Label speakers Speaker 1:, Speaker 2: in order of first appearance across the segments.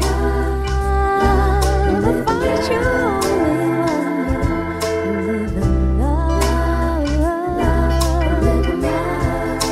Speaker 1: Love, find you only one. Live in love, live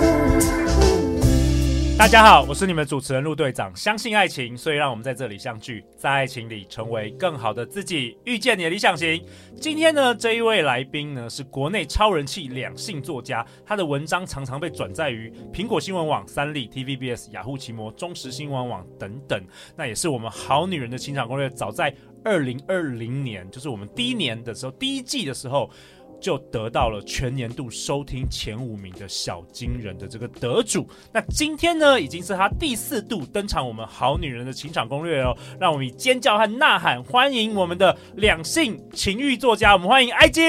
Speaker 1: in love.
Speaker 2: 大家好，我是你们主持人陆队长。相信爱情，所以让我们在这里相聚，在爱情里成为更好的自己，遇见你的理想型。今天呢，这一位来宾呢是国内超人气两性作家，他的文章常常被转载于苹果新闻网、三立、TVBS、雅虎奇摩、中时新闻网等等。那也是我们好女人的情场攻略，早在二零二零年，就是我们第一年的时候，第一季的时候。就得到了全年度收听前五名的小金人的这个得主。那今天呢，已经是他第四度登场我们《好女人的情场攻略》哦。让我们以尖叫和呐喊欢迎我们的两性情欲作家，我们欢迎埃及。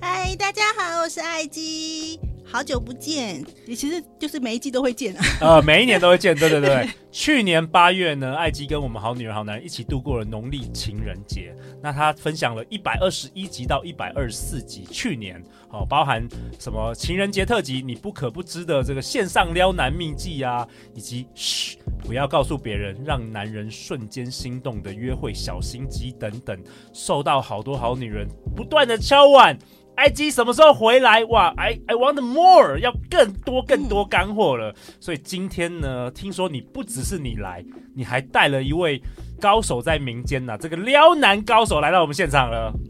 Speaker 3: 嗨，大家好，我是艾姬，好久不见。也其实就是每一季都会见啊。
Speaker 2: 呃，每一年都会见，对对对。去年八月呢，艾姬跟我们好女人好男人一起度过了农历情人节。那她分享了一百二十一集到一百二十四集，去年哦，包含什么情人节特辑、你不可不知的这个线上撩男秘籍啊，以及嘘，不要告诉别人，让男人瞬间心动的约会小心机等等，受到好多好女人不断的敲碗。埃及什么时候回来？哇，I I want more，要更多更多干货了。所以今天呢，听说你不只是你来，你还带了一位高手在民间呐、这个撩男高手来到我们现场了。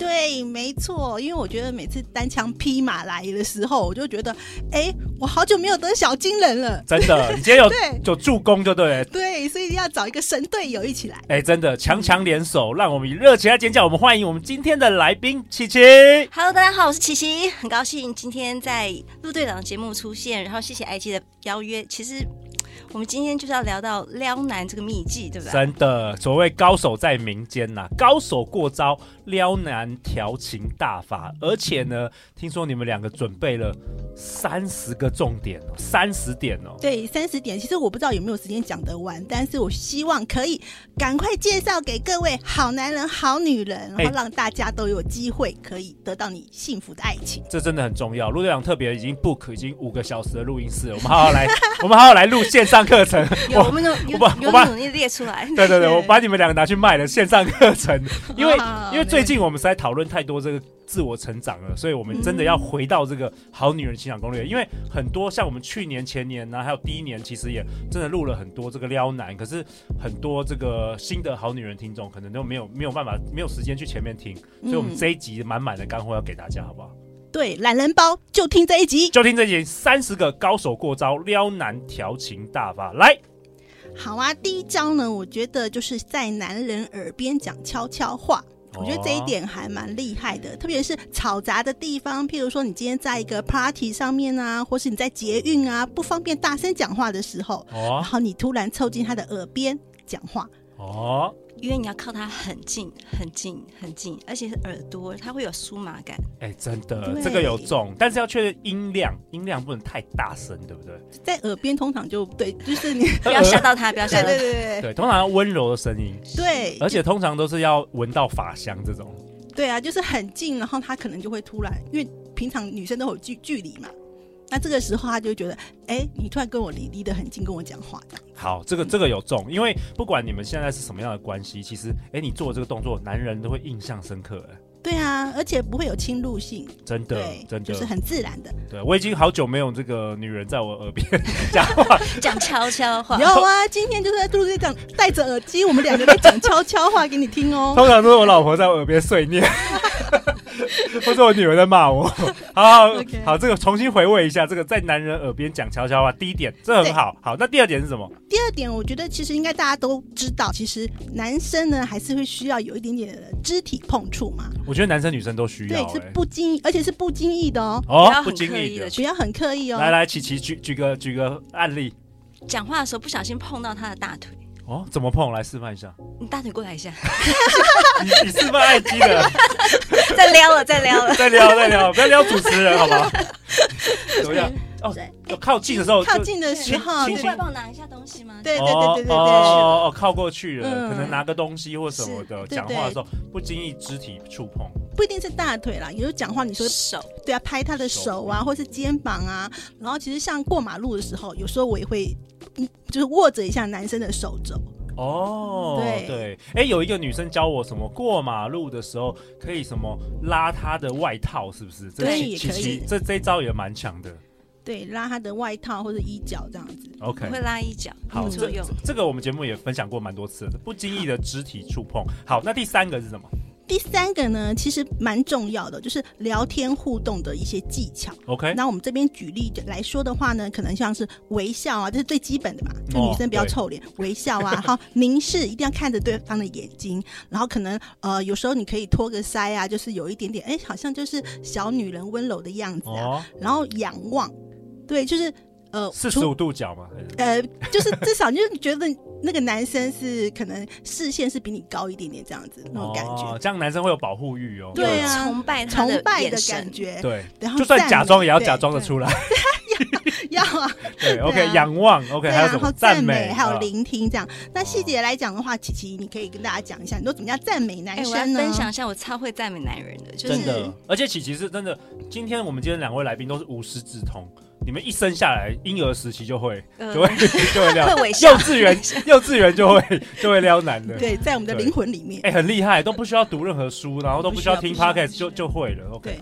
Speaker 3: 对，没错，因为我觉得每次单枪匹马来的时候，我就觉得，哎，我好久没有得小金人了。
Speaker 2: 真的，你今天有
Speaker 3: 对
Speaker 2: 有助攻就对了。
Speaker 3: 对，所以要找一个神队友一起来。
Speaker 2: 哎，真的强强联手，让我们以热情来尖叫。我们欢迎我们今天的来宾琪琪。
Speaker 4: Hello，大家好，我是琪琪，很高兴今天在陆队长的节目出现，然后谢谢 IG 的邀约。其实我们今天就是要聊到撩男这个秘籍，对不对？
Speaker 2: 真的，所谓高手在民间呐、高手过招，撩男调情大法。而且呢，听说你们两个准备了三十个重点哦，三十点哦。
Speaker 3: 对，三十点，其实我不知道有没有时间讲得完，但是我希望可以赶快介绍给各位好男人、好女人，
Speaker 2: 哎
Speaker 3: 然后让大家都有机会可以得到你幸福的爱情。
Speaker 2: 这真的很重要。陆队长特别已经 book 已经五个小时的录音室了，我们好好来，我们好好来录线上课程。
Speaker 4: 有啊我们有有
Speaker 2: 我把我
Speaker 4: 有
Speaker 2: 把
Speaker 4: 努力列出 来，
Speaker 2: 对对对，我把你们两个拿去卖了线上课程，因为
Speaker 3: 好
Speaker 2: 因为最近我们实在讨论太多这个自我成长了，所以我们真的要回到这个好女人情感攻略，因为很多像我们去年、前年呢、啊还有第一年，其实也真的录了很多这个撩男，可是很多这个新的好女人听众可能都没有没有办法没有时间去前面听，所以我们
Speaker 3: 嗯
Speaker 2: 这一集满满的干货要给大家，好不好？
Speaker 3: 对，懒人包就听这一集。
Speaker 2: 就听这集三十个高手过招撩男调情大法，来，
Speaker 3: 好啊，第一招呢，我觉得就是在男人耳边讲悄悄话。
Speaker 2: 哦
Speaker 3: 我觉得这一点还蛮厉害的，特别是吵杂的地方，譬如说你今天在一个 party 上面啊，或是你在捷运啊不方便大声讲话的时候，然
Speaker 2: 哦
Speaker 3: 后你突然凑近他的耳边讲话，
Speaker 2: 哦，
Speaker 4: 因为你要靠它很近、很近、很近，而且是耳朵，它会有酥麻感。
Speaker 2: 哎、真的，
Speaker 3: 对
Speaker 2: 这个有重，但是要确认音量，音量不能太大声，对不对？
Speaker 3: 在耳边通常就对，就 是你
Speaker 4: 不要吓到它，不要吓
Speaker 3: 对
Speaker 4: 到
Speaker 3: 对
Speaker 4: 它。
Speaker 3: 对对
Speaker 2: 呃对，通常要温柔的声音，
Speaker 3: 对
Speaker 2: 而
Speaker 3: 对
Speaker 2: 且通常都是要闻到法香这种。
Speaker 3: 对啊，就是很近，然后他可能就会突然，因为平常女生都有距距离嘛，那这个时候他就会觉得，哎，你突然跟我离离得很近，跟我讲话，
Speaker 2: 好，这个这个有重，因为不管你们现在是什么样的关系，其实，哎、你做这个动作，男人都会印象深刻、哎，
Speaker 3: 对啊，而且不会有侵入性，
Speaker 2: 真的，真的，
Speaker 3: 就是很自然 的。
Speaker 2: 对我已经好久没有这个女人在我耳边讲话，
Speaker 4: 讲悄悄话
Speaker 3: 有，啊，今天就是在杜队长戴着耳机，我们两个在讲悄悄话给你听哦。
Speaker 2: 通常都是我老婆在我耳边碎念， 或者我女儿在骂我。好好
Speaker 3: OK
Speaker 2: 好，这个重新回味一下，这个在男人耳边讲悄悄话，第一点这很好。好，那第二点是什么？
Speaker 3: 第二点，我觉得其实应该大家都知道，其实男生呢还是会需要有一点点的肢体碰触嘛，
Speaker 2: 我觉得男生女生都需要、
Speaker 3: 对，是
Speaker 2: 欸。
Speaker 3: 不经意，而且是不经意的哦，
Speaker 4: 不
Speaker 2: 哦
Speaker 4: 要，
Speaker 2: 不
Speaker 4: 很
Speaker 2: 经
Speaker 4: 刻
Speaker 2: 意
Speaker 4: 意
Speaker 2: 的
Speaker 3: 不
Speaker 4: 的。去
Speaker 3: 要很刻意哦。
Speaker 2: 来来，琪琪举举个举个案例
Speaker 4: 讲话的时候不小心碰到他的大腿，
Speaker 2: 哦，怎么碰？来示范一 下。
Speaker 4: 你大腿过来一下，
Speaker 2: 你你示范爱基的，
Speaker 4: 再撩了，再撩 了。
Speaker 2: 再聊再聊，不要聊主持人好不好？怎么样？哦
Speaker 4: 对，
Speaker 2: 就靠近的时候就，
Speaker 3: 靠近的时候，
Speaker 2: 轻
Speaker 3: 对
Speaker 2: 轻
Speaker 4: 过来帮我拿一下东西吗？
Speaker 3: 对对
Speaker 2: 哦
Speaker 3: 对对对对
Speaker 2: 哦哦，靠过去了，
Speaker 3: 嗯
Speaker 2: 可能拿个东西或什么的，
Speaker 3: 是对
Speaker 2: 讲话的时候不经意肢体触碰，
Speaker 3: 不一定是大腿啦，有时候讲话你说
Speaker 4: 手
Speaker 3: 对啊，拍他的手啊，或是肩膀啊，然后其实像过马路的时候，有时候我也会。嗯就是握着一下男生的手肘，
Speaker 2: 哦，
Speaker 3: 对
Speaker 2: 对，哎，有一个女生教我什么，过马路的时候可以什么拉她的外套，是不是？这
Speaker 3: 对
Speaker 2: 其
Speaker 3: 也可
Speaker 2: 其
Speaker 3: 以
Speaker 2: 其这这一招也蛮强的。
Speaker 3: 对，拉他的外套或者衣角这样子，
Speaker 2: OK，
Speaker 4: 会拉一脚，
Speaker 2: 好，
Speaker 4: 没
Speaker 2: 这
Speaker 4: 作
Speaker 2: 这
Speaker 4: 用。
Speaker 2: 这个我们节目也分享过蛮多次的，不经意的肢体触碰。好，那第三个是什么
Speaker 3: 第三个呢，其实蛮重要的，就是聊天互动的一些技巧。
Speaker 2: ？OK，
Speaker 3: 那我们这边举例来说的话呢，可能像是微笑啊，这是最基本的嘛，就
Speaker 2: 哦
Speaker 3: 女生不要臭脸， 微笑啊，然后凝视，一定要看着对方的眼睛，然后可能呃，有时候你可以托个腮啊，就是有一点点，哎，好像就是小女人温柔的样子啊，
Speaker 2: 哦，
Speaker 3: 然后仰望，对，就是呃，
Speaker 2: 四
Speaker 3: 除
Speaker 2: 十五度角嘛，还是
Speaker 3: 呃，就是至少你就觉得那个男生是可能视线是比你高一点点这样子那种感觉，
Speaker 2: 哦，这样男生会有保护欲哦。
Speaker 3: 对啊
Speaker 4: 崇拜他
Speaker 3: 崇拜
Speaker 4: 眼
Speaker 3: 的
Speaker 4: 神
Speaker 3: 感，觉，
Speaker 2: 对，
Speaker 3: 然后
Speaker 2: 就算
Speaker 3: 赞
Speaker 2: 假
Speaker 3: 美
Speaker 2: 装也要
Speaker 3: 对
Speaker 2: 假装的出来。
Speaker 3: 要啊，
Speaker 2: 对
Speaker 3: 对
Speaker 2: ，OK，
Speaker 3: 啊
Speaker 2: 仰望，OK，
Speaker 3: 对
Speaker 2: 还
Speaker 3: 啊，
Speaker 2: 有什
Speaker 3: 然后
Speaker 2: 么
Speaker 3: 赞
Speaker 2: 美，
Speaker 3: 还有
Speaker 2: 啊
Speaker 3: 聆听这样。那细节来讲的话，琪琪，你可以跟大家讲一下，你都怎么样赞美
Speaker 4: 哎
Speaker 3: 男，
Speaker 4: 我要
Speaker 3: 生呢？
Speaker 4: 分享一下，我超会赞美男人的，就是
Speaker 2: 真的，而且琪琪是真的。今天我们今天两位来宾都是无师自通，你们一生下来婴儿时期就会
Speaker 3: 嗯
Speaker 4: 呃
Speaker 2: 就会 就会撩，
Speaker 4: 会微
Speaker 2: 幼
Speaker 4: 笑，
Speaker 2: 稚园幼稚园就会就会撩男的。
Speaker 3: 对，在我们的
Speaker 2: 对
Speaker 3: 灵魂里面，
Speaker 2: 哎、很厉害，都不需要读任何书，然后都不需要听
Speaker 3: 不需要
Speaker 2: podcast 就就会了。OK，
Speaker 3: 对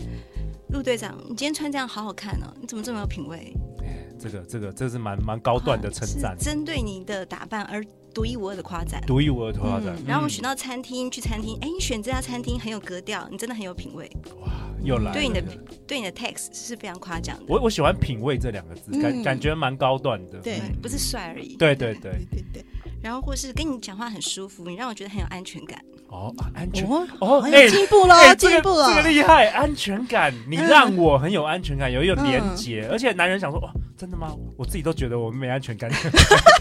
Speaker 4: 陆队长，你今天穿这样好好看哦，你怎么这么有品味？啊
Speaker 2: 这个这个这是蛮蛮高段的称赞
Speaker 4: 是，针对你的打扮而独一无二的夸赞。
Speaker 2: 独一无二的夸赞。
Speaker 4: 然后我
Speaker 2: 嗯
Speaker 4: 选到餐厅，去餐厅，哎，你选这家餐厅很有格调，你真的很有品味，
Speaker 2: 嗯又来了
Speaker 4: 对你的对你的 text 是非常夸奖的。
Speaker 2: 我我喜欢品味这两个字，感
Speaker 3: 嗯
Speaker 2: 感觉蛮高段的。
Speaker 3: 对
Speaker 4: 对不是帅而已。
Speaker 2: 对对对，
Speaker 3: 对对
Speaker 4: 然后或是跟你讲话很舒服，你让我觉得很有安全感。
Speaker 2: 哦，啊安
Speaker 3: 对，
Speaker 2: 全
Speaker 3: 哦，
Speaker 2: 哦，
Speaker 3: 好像
Speaker 2: 哎。
Speaker 3: 进步喽
Speaker 2: 哎，这
Speaker 3: 进
Speaker 2: 个
Speaker 3: 步了
Speaker 2: 这个，厉害，安全感，你
Speaker 3: 嗯
Speaker 2: 让我很有安全感，有一种连
Speaker 3: 嗯
Speaker 2: 结，而且男人想说，哇，哦真的吗？我自己都觉得我没安全感，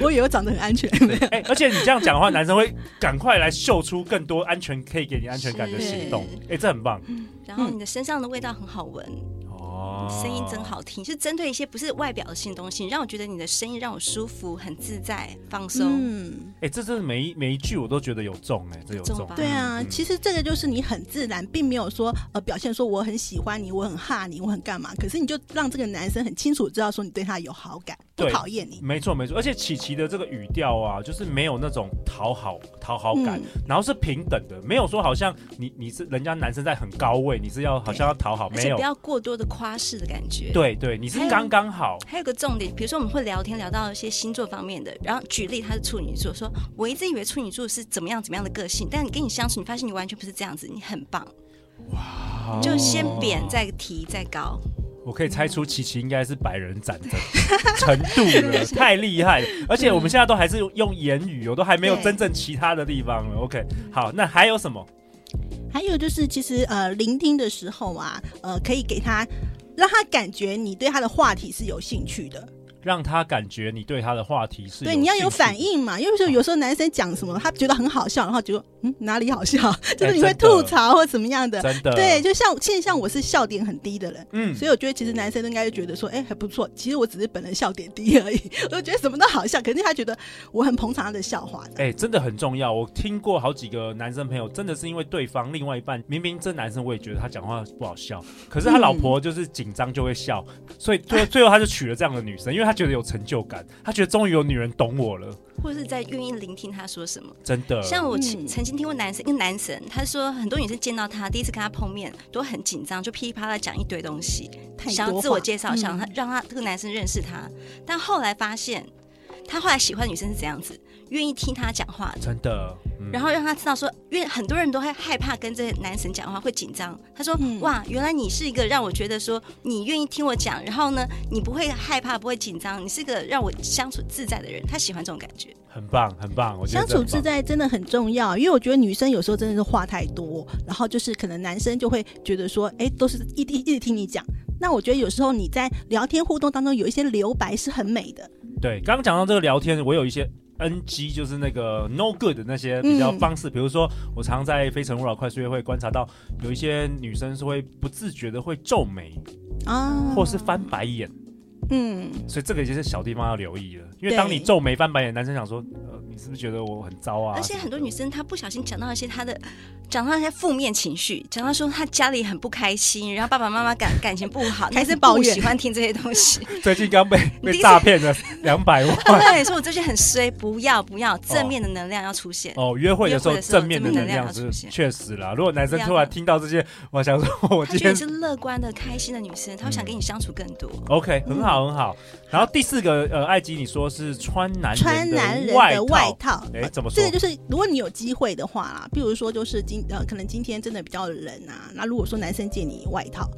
Speaker 3: 我以为我长得很安全，没有
Speaker 2: 哎，而且你这样讲的话，男生会赶快来秀出更多安全可以给你安全感的行动，哎，这很棒
Speaker 4: 然
Speaker 3: 嗯
Speaker 4: 后你的身上的味道很好闻，
Speaker 2: 哦
Speaker 4: 你声音真好听，是针对一些不是外表的性东西，你让我觉得你的声音让我舒服、很自在、放松。
Speaker 3: 嗯，
Speaker 2: 哎、这真的每一每一句我都觉得有中哎、这有中
Speaker 4: 中吧。
Speaker 3: 对啊
Speaker 2: 嗯，
Speaker 3: 其实这个就是你很自然，并没有说呃表现说我很喜欢你，我很哈你，我很干嘛，可是你就让这个男生很清楚知道说你对他有好感，不
Speaker 2: 对
Speaker 3: 讨厌你，
Speaker 2: 没错没错，而且琪琪的这个语调啊，就是没有那种讨好讨好感，
Speaker 3: 嗯
Speaker 2: 然后是平等的，没有说好像你你是人家男生在很高位，你是要好像要讨好，
Speaker 4: 而
Speaker 2: 没
Speaker 4: 且
Speaker 2: 有
Speaker 4: 不，要过多的夸饰的感觉。。
Speaker 2: 对对，你是
Speaker 4: 还有
Speaker 2: 刚刚好，
Speaker 4: 还有个重点，比如说我们会聊天聊到一些星座方面的，然后举例他是处女座，说我一直以为处女座是怎么样怎么样的个性，但你跟你相处，你发现你完全不是这样子，你很棒，
Speaker 2: 哦
Speaker 4: 就先贬再提再高，
Speaker 2: 哎我可以猜出琪琪应该是百人斩的 程度了， 太厉害了！而且我们现在都还是用言语，我都还没有
Speaker 4: 对
Speaker 2: 真正其他的地方了。OK，好，那还有什么？
Speaker 3: 还有就是，其实呃，聆听的时候啊，呃，可以给他让他感觉你对他的话题是有兴趣的。
Speaker 2: 让他感觉你对他的话题是
Speaker 3: 对，你要有
Speaker 2: 兴趣的
Speaker 3: 反应嘛。因为有时候有时候男生讲什么，他觉得很好笑，然后觉得嗯哪里好笑， 就是你会
Speaker 2: 哎真的
Speaker 3: 吐槽或怎么样的。
Speaker 2: 真的，
Speaker 3: 对，，就像其实像我是笑点很低的人，
Speaker 2: 嗯，
Speaker 3: 所以我觉得其实男生应该就觉得说，哎、还不错。其实我只是本人笑点低而已， 我就觉得什么都好笑，可是他觉得我很捧场他的笑话的。
Speaker 2: 哎、真的很重要。我听过好几个男生朋友，真的是因为对方另外一半，明明这男生我也觉得他讲话不好笑，可是他
Speaker 4: 嗯
Speaker 2: 老婆就是紧张就会笑，所以最最后他就娶了这样的女生，因为他觉得有成就感，他觉得终于有女人懂我了，
Speaker 4: 或是在愿意聆听他说什么。
Speaker 2: 真的。
Speaker 4: 像我曾
Speaker 3: 嗯
Speaker 4: 曾经听过男生一个男神，他说很多女生见到他第一次跟他碰面都很紧张，就噼里啪啦讲一堆东西，
Speaker 3: 太多
Speaker 4: 想要自我
Speaker 3: 话
Speaker 4: 介绍，
Speaker 3: 嗯
Speaker 4: 想让他让他这个男生认识他。但后来发现，他后来喜欢的女生是怎样子，愿意听他讲话的，
Speaker 2: 真的，嗯
Speaker 4: 然后让他知道说，因为很多人都会害怕跟这些男神讲话，会紧张。他说：“
Speaker 3: 嗯
Speaker 4: 哇，原来你是一个让我觉得说你愿意听我讲，然后呢，你不会害怕，不会紧张，你是个让我相处自在的人。”他喜欢这种感觉。
Speaker 2: 很棒，很棒，我觉得
Speaker 3: 相
Speaker 2: 这
Speaker 3: 处
Speaker 2: 很棒
Speaker 3: 自在真的很重要，因为我觉得女生有时候真的是话太多，然后就是可能男生就会觉得说，哎，都是一一一直听你讲。那我觉得有时候你在聊天互动当中有一些留白是很美的，
Speaker 2: 对，刚刚讲到这个聊天，我有一些 NG，就是那个 no good 的那些比
Speaker 4: 嗯
Speaker 2: 较方式，比如说我常在《非诚勿扰》快速约会观察到，有一些女生是会不自觉的会皱眉，
Speaker 3: 啊，
Speaker 2: 或是翻白眼，
Speaker 3: 嗯，
Speaker 2: 所以这个就是小地方要留意了。因为
Speaker 3: 对
Speaker 2: 当你皱眉翻白眼，男生想说，呃，你是不是觉得我很糟啊？
Speaker 4: 而且很多女生她不小心讲到一些她的，讲到一些负面情绪，讲到说她家里很不开心，然后爸爸妈妈感感情不好，
Speaker 3: 开始
Speaker 4: 男生
Speaker 3: 抱
Speaker 4: 不
Speaker 3: 怨
Speaker 4: 喜欢听这些东西。
Speaker 2: 最近刚被
Speaker 4: 第
Speaker 2: 被
Speaker 4: 一次
Speaker 2: 诈骗了两百万。
Speaker 4: 对，所以我最近很衰，不要不要，正面的能量要出现。
Speaker 2: 哦，约会的时候
Speaker 4: 约会的时候
Speaker 2: 正面的能量
Speaker 4: 正面能量要
Speaker 2: 是
Speaker 4: 出现
Speaker 2: 确实啦。如果男生
Speaker 4: 要
Speaker 2: 突然听到这些，我想说，哦我
Speaker 4: 她
Speaker 2: 今
Speaker 4: 觉
Speaker 2: 天嗯
Speaker 4: 得你是乐观的、开心的女生，她会想跟你相处更多。
Speaker 2: OK，很好很好。然后第四个，呃，艾吉你说是穿男
Speaker 3: 穿男人
Speaker 2: 的
Speaker 3: 的
Speaker 2: 外
Speaker 3: 外
Speaker 2: 套，
Speaker 3: 套，
Speaker 2: 哎，怎么说
Speaker 3: 这个？就是，如果你有机会的话啦，比如说就是今呃，可能今天真的比较冷啊，那如果说男生借你外套，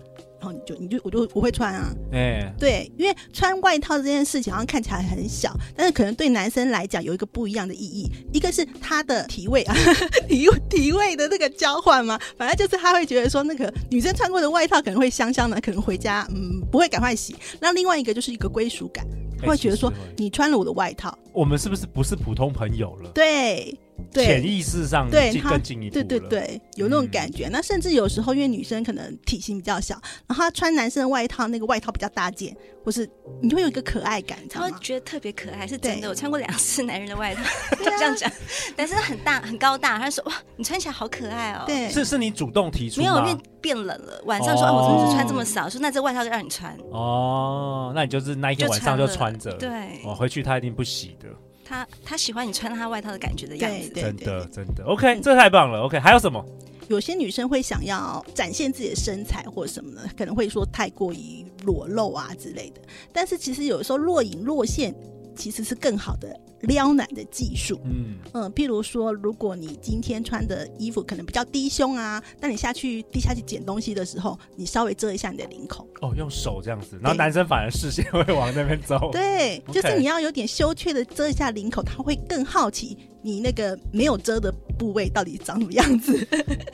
Speaker 3: 然后你就你就我就我会穿啊，
Speaker 2: 哎，
Speaker 3: 对，因为穿外套这件事情好像看起来很小，但是可能对男生来讲有一个不一样的意义，一个是他的体位啊， 体体位的那个交换嘛，反正就是他会觉得说那个女生穿过的外套可能会香香的，可能回家嗯不会赶快洗，那另外一个就是一个归属感，他会觉得说
Speaker 2: 哎其实会
Speaker 3: 你穿了我的外套，
Speaker 2: 我们是不是不是普通朋友了？
Speaker 3: 对对
Speaker 2: 潜。意识上
Speaker 3: 对
Speaker 2: 进
Speaker 3: 他
Speaker 2: 更进一步
Speaker 3: 对
Speaker 2: 了。嗯
Speaker 3: 对对，有那种感觉。那甚至有时候，因为女生可能体型比较小，然后她穿男生的外套，那个外套比较大件，或是你会有一个可爱感，你知
Speaker 4: 她
Speaker 3: 道
Speaker 4: 会
Speaker 3: 吗？
Speaker 4: 觉得特别可爱，是真
Speaker 3: 对
Speaker 4: 的。我穿过两次男人的外套， 就这样讲，男生很大很高大，他说哇，你穿起来好可爱哦。，
Speaker 3: 对，
Speaker 2: 是是你主动提出
Speaker 4: 没有，因为
Speaker 2: 吗？
Speaker 4: 变冷了，晚上说
Speaker 2: 哦呃
Speaker 4: 哦，我怎么只穿这么少？说那这外套就让你穿，
Speaker 2: 哦，那你就是那一天
Speaker 4: 就
Speaker 2: 晚上
Speaker 4: 穿
Speaker 2: 就
Speaker 4: 了
Speaker 2: 穿着，，
Speaker 4: 对，
Speaker 2: 哦，回去他一定不洗的，
Speaker 4: 他他喜欢你穿他外套的感觉的样子。
Speaker 3: 对
Speaker 2: 真的真的。OK，这太棒了。OK，还有什么？
Speaker 3: 有些女生会想要展现自己的身材或者什么的，可能会说太过于裸露啊之类的。但是其实有时候若隐若现，其实是更好的撩男的技术。
Speaker 2: 嗯，
Speaker 3: 嗯，譬如说，如果你今天穿的衣服可能比较低胸啊，那你下去低下去捡东西的时候，你稍微遮一下你的领口，
Speaker 2: 哦，用手这样子，然后男生反而视线会往那边走。
Speaker 3: 对，
Speaker 2: OK
Speaker 3: 就是你要有点羞怯的遮一下领口，他会更好奇你那个没有遮的部位到底长什么样子。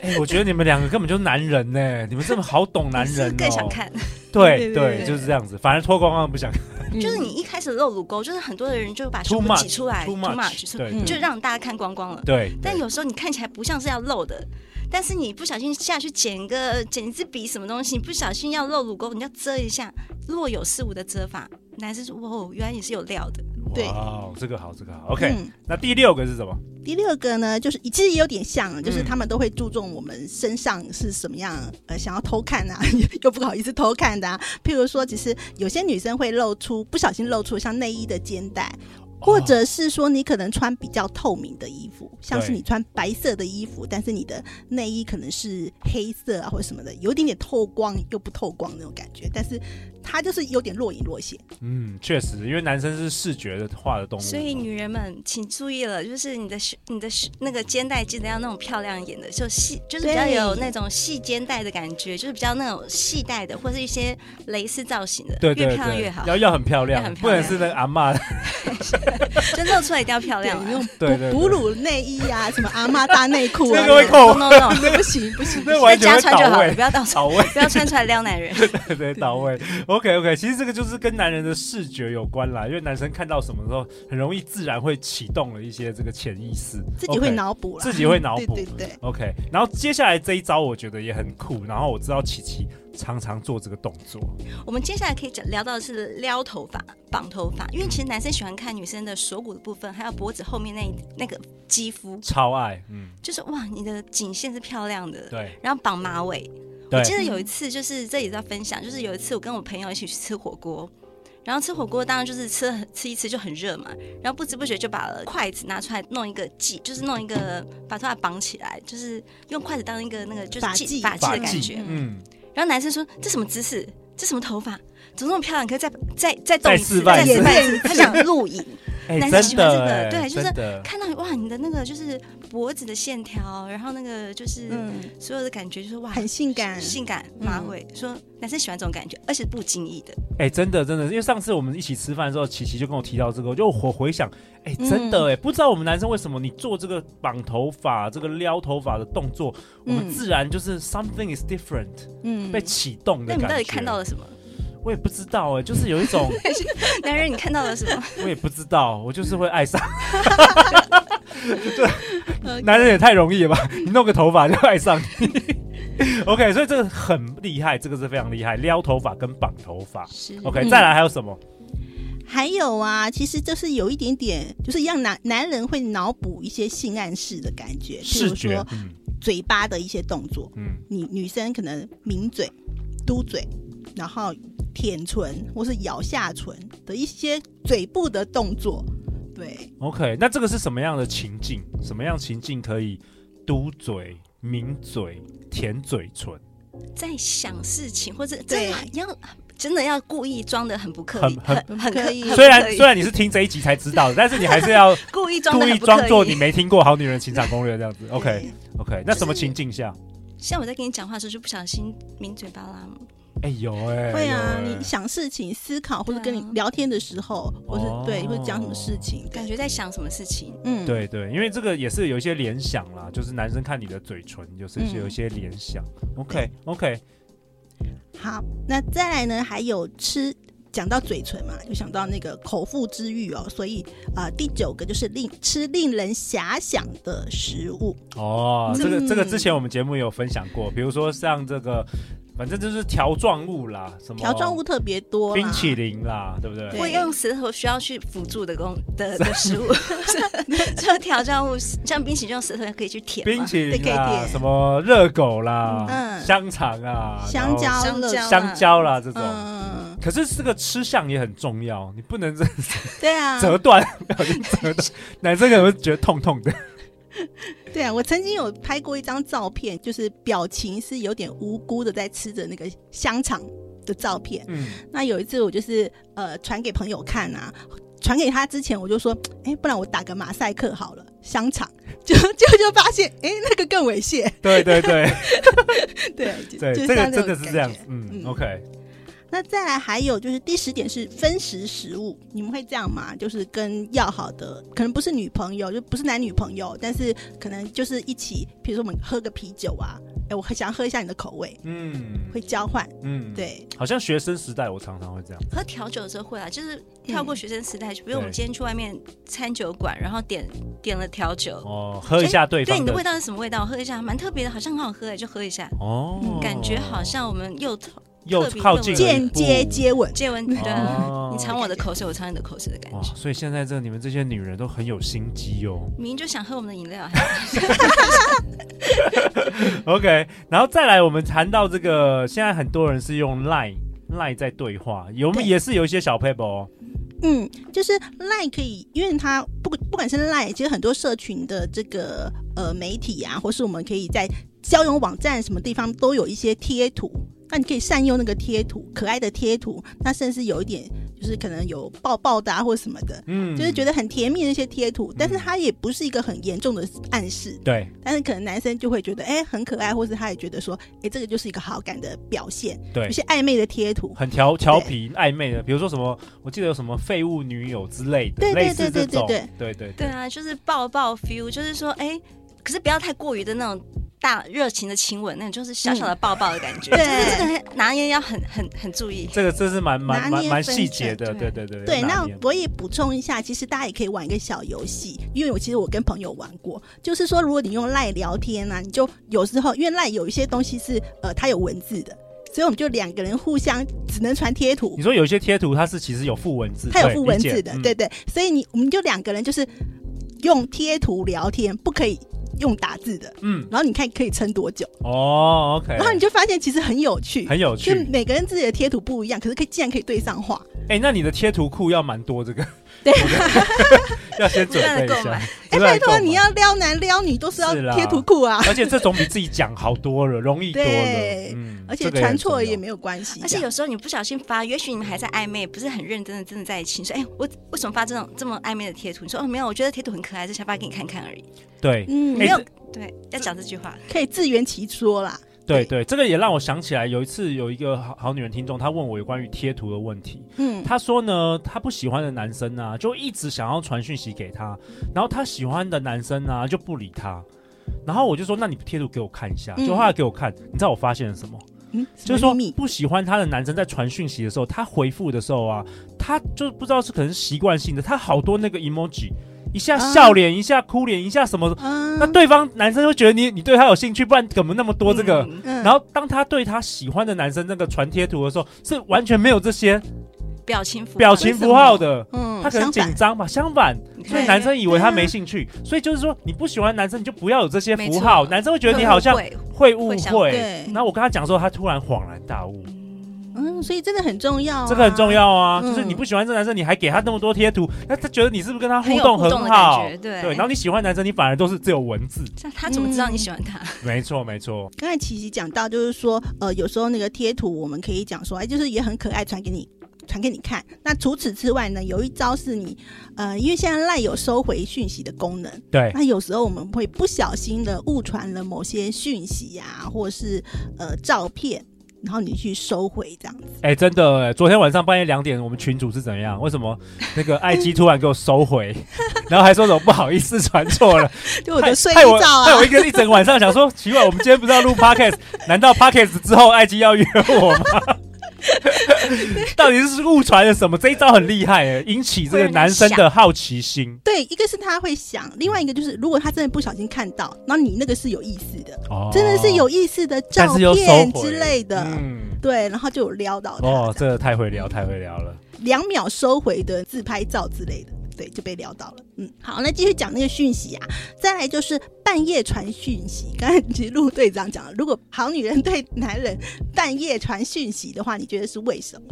Speaker 2: 哎、我觉得你们两个根本就是男人呢、你们这么好懂男
Speaker 4: 你是
Speaker 2: 人、
Speaker 4: 不
Speaker 2: 哦
Speaker 4: 是更想看，
Speaker 3: 嗯
Speaker 2: 对
Speaker 3: 对对对
Speaker 2: 就是这样子，反而脱光光不想看。
Speaker 4: 就是你一开始露乳沟，就是很多的人就把
Speaker 2: Too
Speaker 4: 胸部
Speaker 2: much，
Speaker 4: 挤出来
Speaker 2: too much，
Speaker 4: 就
Speaker 2: 对
Speaker 3: 嗯
Speaker 4: 就让大家看光光了。
Speaker 2: 对，
Speaker 4: 但有时候你看起来不像是要露的，但是你不小心下去捡个捡一支笔什么东西，你不小心要露乳沟，你要遮一下，若有似无的遮法，男生说哇哦，原来你是有料的，
Speaker 3: 对
Speaker 2: 哇，哦这个好，这个好。OK，、
Speaker 3: 嗯
Speaker 2: 那第六个是什么？
Speaker 3: 第六个呢，就是其实也有点像，啊就是
Speaker 2: 嗯
Speaker 3: 他们都会注重我们身上是什么样，呃，想要偷看啊， 又不好意思偷看的、啊。譬如说，其实有些女生会露出不小心露出像内衣的肩带，或
Speaker 2: 哦
Speaker 3: 者是说你可能穿比较透明的衣服，像是
Speaker 2: 对
Speaker 3: 你穿白色的衣服，但是你的内衣可能是黑色啊或者什么的，有一点点透光又不透光那种感觉，但是它就是有点若隐若现。
Speaker 2: 嗯，确实，因为男生是视觉的化的动物，
Speaker 4: 所以女人们请注意了，就是你的胸你的胸那个肩带记得要那种漂亮一点的，就细就是比较
Speaker 3: 对
Speaker 4: 有那种细肩带的感觉，就是比较那种细带的，或是一些蕾丝造型的，
Speaker 2: 对对
Speaker 4: 越漂亮
Speaker 2: 对，
Speaker 4: 越好，
Speaker 2: 要要很漂亮，
Speaker 4: 要很漂
Speaker 2: 不能
Speaker 4: 亮
Speaker 2: 是那个阿嬷。
Speaker 4: 就露出来一定要漂亮
Speaker 3: 对，
Speaker 4: 啊。
Speaker 3: 那种
Speaker 2: 对对对
Speaker 3: 哺哺乳内衣啊，什么阿妈大内裤啊，
Speaker 2: 那个会扣
Speaker 3: no no no，不行不行，不
Speaker 2: 那
Speaker 3: 行
Speaker 2: 完
Speaker 4: 在
Speaker 2: 全会倒
Speaker 4: 家穿就好
Speaker 2: 位
Speaker 4: 了，不要到
Speaker 2: 倒位，
Speaker 4: 不要穿出来撩男人。
Speaker 2: 对对，到位。OK OK，其实 这个就是跟男人的视觉有关啦，因为男生看到什么时候，很容易自然会启动了一些这个潜意识，
Speaker 3: 自己会
Speaker 2: OK
Speaker 3: 脑补了，
Speaker 2: 自己会脑 补
Speaker 3: 对对对，
Speaker 2: OK，然后接下来这一招我觉得也很酷，然后我知道琪琪常常做这个动作，
Speaker 4: 我们接下来可以讲聊到的是撩头发、绑头发，因为其实男生喜欢看女生的锁骨的部分，还有脖子后面那一那个肌肤，
Speaker 2: 超爱，嗯，
Speaker 4: 就是哇，你的颈线是漂亮的。
Speaker 2: 对
Speaker 4: 然后绑马尾，
Speaker 2: 对
Speaker 4: 我，记得有一次就是这也在分享，就是有一次我跟我朋友一起去吃火锅。然后吃火锅当然就是吃很吃一吃就很热嘛，然后不知不觉就把筷子拿出来弄一个系，就是弄一个把头发绑起来，就是用筷子当一个那个就是
Speaker 3: 发
Speaker 4: 系
Speaker 3: 髻
Speaker 4: 发髻
Speaker 2: 发
Speaker 4: 的感觉
Speaker 2: 髻，。嗯，
Speaker 4: 然后男生说：“这什么姿势？这什么头发？怎么那么漂亮？可以再再再动一 次，
Speaker 2: 再
Speaker 4: 再
Speaker 2: 示
Speaker 4: 示
Speaker 3: 范
Speaker 4: 范
Speaker 3: 一
Speaker 4: 一
Speaker 3: 次
Speaker 4: 次。”他想录影，
Speaker 2: 哎、
Speaker 4: 男生
Speaker 2: 真
Speaker 4: 喜欢这
Speaker 2: 的、
Speaker 4: 个
Speaker 2: 哎，
Speaker 4: 对就是
Speaker 2: 真的，
Speaker 4: 看到你哇，你的那个就是脖子的线条，然后那个就是
Speaker 3: 嗯，
Speaker 4: 所有的感觉，就是哇，
Speaker 3: 很性感，嗯
Speaker 4: 性感马尾。说男生喜欢这种感觉，而且不经意的。
Speaker 2: 哎、真的，真的，因为上次我们一起吃饭的时候，琪琪就跟我提到这个，我就我回想，哎、真
Speaker 4: 嗯
Speaker 2: 的、哎、不知道我们男生为什么你做这个绑头发、这个撩头发的动作，我们
Speaker 3: 嗯
Speaker 2: 自然就是 something is different、
Speaker 3: 嗯
Speaker 2: 被启动
Speaker 4: 那
Speaker 2: 的感
Speaker 4: 你
Speaker 2: 觉。
Speaker 4: 们到底看到了什么？
Speaker 2: 我也不知道、哎，就是有一种。
Speaker 4: 男人，你看到了什么？
Speaker 2: 我也不知道，我就是会爱上。
Speaker 3: OK
Speaker 2: 男人也太容易了吧？你弄个头发就爱上你。 OK，所以这个很厉害，这个是非常厉害，撩头发跟绑头发。
Speaker 4: 是
Speaker 2: OK，
Speaker 4: 嗯
Speaker 2: 再来还有什么？
Speaker 3: 还有啊，其实就是有一点点，就是让男男人会脑补一些性暗示的感觉，譬
Speaker 2: 视
Speaker 3: 如
Speaker 2: 觉
Speaker 3: 说，
Speaker 2: 嗯
Speaker 3: 嘴巴的一些动作，
Speaker 2: 嗯，
Speaker 3: 女女生可能抿嘴、嘟嘴，然后舔唇或是咬下唇的一些嘴部的动作，对，
Speaker 2: OK，那这个是什么样的情境？什么样情境可以嘟嘴、抿嘴、舔嘴唇？
Speaker 4: 在想事情，或者真
Speaker 3: 对
Speaker 4: 的啊要真的要故意装的很不刻意，
Speaker 2: 很
Speaker 4: 很很
Speaker 3: 很不
Speaker 4: 刻
Speaker 3: 刻
Speaker 4: 意
Speaker 3: 意。
Speaker 4: 很不
Speaker 2: 虽然
Speaker 4: 刻意
Speaker 2: 虽然你是听这一集才知道的，但是你还是 要
Speaker 4: 故意装
Speaker 2: 故
Speaker 4: 的
Speaker 2: 意
Speaker 4: 很不
Speaker 2: 装
Speaker 4: 刻
Speaker 2: 作
Speaker 4: 意
Speaker 2: 你。没听过《好女人情场攻略》这样子。OK
Speaker 3: 对
Speaker 2: OK，那什么
Speaker 4: 就是
Speaker 2: 情境下？
Speaker 4: 像我在跟你讲话的时候，就不小心抿嘴巴啦。
Speaker 2: 哎有哎，
Speaker 3: 会啊，
Speaker 2: 有哎
Speaker 3: 你想事情、思考或者
Speaker 4: 对啊
Speaker 3: 跟你聊天的时候，或是
Speaker 2: 哦
Speaker 3: 对，或者讲什么事情，
Speaker 4: 感
Speaker 3: 觉
Speaker 4: 觉在想什么事情。
Speaker 3: 嗯，
Speaker 2: 对对，因为这个也是有一些联想啦，就是男生看你的嘴唇，有时
Speaker 3: 嗯
Speaker 2: 有一些联想。OK OK，
Speaker 3: 好，那再来呢，还有吃。讲到嘴唇嘛，就想到那个口腹之欲哦，所以呃，第九个就是令吃令人遐想的食物，
Speaker 2: 哦，这个
Speaker 3: 嗯
Speaker 2: 这个之前我们节目也有分享过，比如说像这个，反正就是条状物啦，什么
Speaker 3: 条状物、特别多
Speaker 2: 哦
Speaker 3: 啦，
Speaker 2: 冰淇淋啦，对不对？
Speaker 3: 对
Speaker 4: 会用舌头需要去辅助的工的的食物，就调教物，像冰淇淋用舌头可以去舔嘛
Speaker 2: 冰淇淋
Speaker 3: 对可以
Speaker 2: 啦，
Speaker 3: 点
Speaker 2: 什么热狗啦，
Speaker 3: 嗯
Speaker 2: 香肠啊，
Speaker 3: 香
Speaker 2: 然
Speaker 3: 蕉、
Speaker 4: 香
Speaker 3: 乐
Speaker 4: 蕉
Speaker 2: 后
Speaker 4: 啊
Speaker 2: 香蕉啦这种。
Speaker 3: 嗯，
Speaker 2: 可是这个吃相也很重要，你不能这
Speaker 3: 对 啊，
Speaker 2: 折断，不小心折断，男生可能会觉得痛痛的。
Speaker 3: 对啊，我曾经有拍过一张照片，就是表情是有点无辜的在吃着那个香肠的照片。
Speaker 2: 嗯，
Speaker 3: 那有一次我就是呃传给朋友看啊，传给他之前我就说，哎，不然我打个马赛克好了，香肠， 就就就发现，哎，那个更猥亵。
Speaker 2: 对对对。
Speaker 3: 对
Speaker 2: 对，
Speaker 3: 就
Speaker 2: 这
Speaker 3: 就
Speaker 2: 个
Speaker 3: 像
Speaker 2: 真的
Speaker 3: 种
Speaker 2: 是
Speaker 3: 感
Speaker 2: 这样
Speaker 3: 觉
Speaker 2: 子，嗯
Speaker 3: 嗯
Speaker 2: ，OK，
Speaker 3: 那再来还有就是第十点是分食食物，你们会这样吗？就是跟要好的，可能不是女朋友，就不是男女朋友，但是可能就是一起，比如说我们喝个啤酒啊，哎，我很想喝一下你的口味，
Speaker 2: 嗯
Speaker 3: 会交换，
Speaker 2: 嗯，，
Speaker 3: 对，
Speaker 2: 好像学生时代我常常会这样，
Speaker 4: 喝调酒的时候会啊，就是跳过学生时代，就比如我们
Speaker 2: 对
Speaker 4: 今天去外面餐酒馆，然后点点了调酒，
Speaker 3: 哎
Speaker 2: 哦，喝一下对
Speaker 4: 对
Speaker 2: 方
Speaker 4: 你的
Speaker 2: 的
Speaker 4: 味道是什么味道？喝一下，蛮特别的，好像很好喝哎，就喝一下，
Speaker 2: 哦，
Speaker 4: 感觉好像我们又
Speaker 2: 又
Speaker 4: 特别
Speaker 2: 靠近
Speaker 4: 特别
Speaker 2: 了一
Speaker 3: 间
Speaker 2: 步
Speaker 3: 接接吻，
Speaker 4: 接吻对啊，
Speaker 2: 哦
Speaker 4: 你尝我的口水，我尝你的口水的感
Speaker 2: 哇，
Speaker 4: 觉。
Speaker 2: 所以现在这你们这些女人都很有心机哦
Speaker 4: 明明就想喝我们的饮料，
Speaker 2: ，OK，然后再来我们谈到这个，现在很多人是用 Line Line 在对话，有
Speaker 3: 对
Speaker 2: 也是有一些小 paper 哦，
Speaker 3: 嗯，就是赖可以，因为它不不管是赖，其实很多社群的这个呃媒体啊，或是我们可以在交友网站什么地方都有一些贴图，那你可以善用那个贴图，可爱的贴图，那甚至有一点就是可能有抱抱的啊或什么的，
Speaker 2: 嗯，
Speaker 3: 就是觉
Speaker 2: 得
Speaker 3: 得很甜蜜的一些贴图，但是它也不是一个很严重的暗示，
Speaker 2: 对，
Speaker 3: 但是可能男生就会觉得哎、很可爱，或是他也觉得说哎、这个就是一个好感的表现，
Speaker 2: 对
Speaker 3: 有些暧昧的贴图，
Speaker 2: 很调调皮暧昧的，比如说什么，我记得有什么废物女友之类的，
Speaker 3: 对对
Speaker 2: 类似
Speaker 3: 对
Speaker 2: 这
Speaker 3: 对对
Speaker 2: 种
Speaker 3: 对，
Speaker 2: 对对
Speaker 4: 对啊，就是抱抱 feel，就是说，哎、可是不要太过于的那种大热情的亲吻，那种就是小小的抱抱的感觉，
Speaker 3: 嗯
Speaker 4: 就是这个拿捏要很很很注意。
Speaker 2: 这个这是蛮蛮
Speaker 3: 拿
Speaker 2: 蛮
Speaker 3: 捏
Speaker 2: 蛮
Speaker 3: 分
Speaker 2: 细节的，
Speaker 4: 寸
Speaker 2: 对
Speaker 4: 对
Speaker 2: 对对。
Speaker 3: 对，
Speaker 2: 要拿
Speaker 3: 那
Speaker 2: 捏
Speaker 3: 我也补充一下，其实大家也可以玩一个小游戏，因为我其实我跟朋友玩过，就是说如果你用赖聊天啊，你就有时候因为赖有一些东西是呃它有文字的，所以我们就两个人互相只能传贴图
Speaker 2: 你，说有一些贴图它是其实有附文字，
Speaker 3: 它有
Speaker 2: 对
Speaker 3: 附文
Speaker 2: 理
Speaker 3: 字
Speaker 2: 解
Speaker 3: 的，
Speaker 2: 嗯
Speaker 3: 对对，所以你我们就两个人就是用贴图聊天，不可以用打字的，
Speaker 2: 嗯，
Speaker 3: 然后你看可以撑多久，
Speaker 2: 哦，OK，
Speaker 3: 然后你就发现其实很有趣。
Speaker 2: 很有
Speaker 3: 就
Speaker 2: 趣。
Speaker 3: 每个人自己的贴图不一样，可是可以竟然可以对上话，
Speaker 2: 哎，那你的贴图库要蛮多这个，
Speaker 3: 对
Speaker 2: 这个，要先准备一
Speaker 4: 不断地购
Speaker 2: 下
Speaker 4: 买。
Speaker 2: 不
Speaker 3: 哎，
Speaker 2: 断地
Speaker 3: 拜
Speaker 2: 购
Speaker 3: 托
Speaker 2: 买
Speaker 3: 你，要撩男撩女都是要
Speaker 2: 是啦
Speaker 3: 贴图库啊。
Speaker 2: 而且这种比自己讲好多了，容易多了
Speaker 3: 对，
Speaker 2: 嗯
Speaker 3: 而
Speaker 2: 这
Speaker 3: 且
Speaker 2: 个也很
Speaker 3: 传错了
Speaker 2: 重要
Speaker 3: 也没有关系，
Speaker 2: 啊
Speaker 4: 而且有时候你不小心发，也许你们还在暧昧，不是很认真的真的在一起。你说，哎、我为什么发这种这么暧昧的贴图？你说，哦，没有，我觉得贴图很可爱，就想发给你看看而已。
Speaker 2: 对
Speaker 3: 嗯，
Speaker 4: 没
Speaker 3: 没
Speaker 4: 有
Speaker 3: 有，
Speaker 4: 对，要讲这句话。
Speaker 2: 哎
Speaker 3: 可以自圆其说啦。
Speaker 2: 对对，这个也让我想起来，有一次有一个好好女人听众，她问我有关于贴图的问题，
Speaker 3: 嗯，
Speaker 2: 他说呢，他不喜欢的男生啊，就一直想要传讯息给他，然后他喜欢的男生啊就不理他，然后我就说，那你贴图给我看一下，
Speaker 3: 嗯
Speaker 2: 就后来给我看，你知道我发现了什么？
Speaker 3: 嗯，
Speaker 2: 就是
Speaker 3: 什么
Speaker 2: 说
Speaker 3: 秘密
Speaker 2: 不喜欢他的男生在传讯息的时候，他回复的时候啊，他就不知道是可能习惯性的，他好多那个 emoji。一下笑脸，一下哭脸，一下什么，
Speaker 3: 嗯，
Speaker 2: 那，对方男生会觉得你你对他有兴趣，不然怎么那么多这个？
Speaker 4: 嗯
Speaker 3: 嗯
Speaker 2: 然后当他对他喜欢的男生那个传贴图的时候，是完全没有这些
Speaker 4: 表情符号
Speaker 2: 表情符号的。
Speaker 3: 嗯，
Speaker 2: 他可能
Speaker 3: 相反
Speaker 2: 紧张吧，相反，
Speaker 4: 你看
Speaker 2: 所以
Speaker 3: 对
Speaker 2: 男生以为他
Speaker 3: 对啊
Speaker 2: 没兴趣，所以就是说你不喜欢男生，你就不要有这些
Speaker 4: 没
Speaker 2: 符
Speaker 4: 错
Speaker 2: 号，男生会觉得你
Speaker 4: 会
Speaker 2: 好像
Speaker 4: 误会
Speaker 2: 会误
Speaker 4: 会想
Speaker 2: 会。
Speaker 3: 对，
Speaker 2: 那我跟他讲之后，他突然恍然大悟，
Speaker 3: 嗯，所以真的很重
Speaker 4: 哦
Speaker 3: 要啊，
Speaker 2: 这个很重要啊，就是
Speaker 3: 嗯
Speaker 2: 你不喜欢这男生，你还给他那么多贴图，那他觉得你是不是跟他
Speaker 4: 很
Speaker 2: 互
Speaker 4: 有
Speaker 2: 动
Speaker 4: 互动
Speaker 2: 很
Speaker 4: 的
Speaker 2: 好
Speaker 4: 感？觉，对
Speaker 2: 对，然后你喜欢男生，你反而都是只有文字，
Speaker 4: 那他怎么知道你喜欢他？
Speaker 2: 没错没错，
Speaker 3: 刚才琪琪讲到，就是说，呃，有时候那个贴图，我们可以讲说，哎，就是也很可爱，传给你，传给你看。那除此之外呢，有一招是你，呃，因为现在赖有收回讯息的功能，
Speaker 2: 对，
Speaker 3: 那有时候我们会不小心的误传了某些讯息呀、或是呃照片，然后你去收回这样子。
Speaker 2: 哎，真的哎，昨天晚上半夜两点，我们群主是怎样？为什么那个 IG 突然给我收回，然后还说什么不好意思传错 了，
Speaker 3: 就我的睡衣
Speaker 2: 害我
Speaker 3: 照
Speaker 2: 害我
Speaker 3: 啊
Speaker 2: 一，个一整晚上想说，奇怪，我们今天不是要录 podcast，难道 podcast 之后 IG 要约我吗？ 到底是误传了什么？这一招很厉害哎，引起这个男生的好奇心
Speaker 3: 对，一个是他会想，另外一个就是如果他真的不小心看到，然后你那个是有意思的，
Speaker 2: 哦
Speaker 3: 真的是有意思的
Speaker 2: 但
Speaker 3: 照
Speaker 2: 是又收
Speaker 3: 片
Speaker 2: 回
Speaker 3: 之类的。
Speaker 2: 嗯，
Speaker 3: 对，然后就有撩到他
Speaker 2: 哦，这个太会聊，太会聊了。
Speaker 3: 两秒收回的自拍照之类的，对，就被撩到了。嗯，好，那继续讲那个讯息啊，再来就是半夜传讯息。刚才其实陆队长讲了，如果好女人对男人半夜传讯息的话，你觉得是为什么？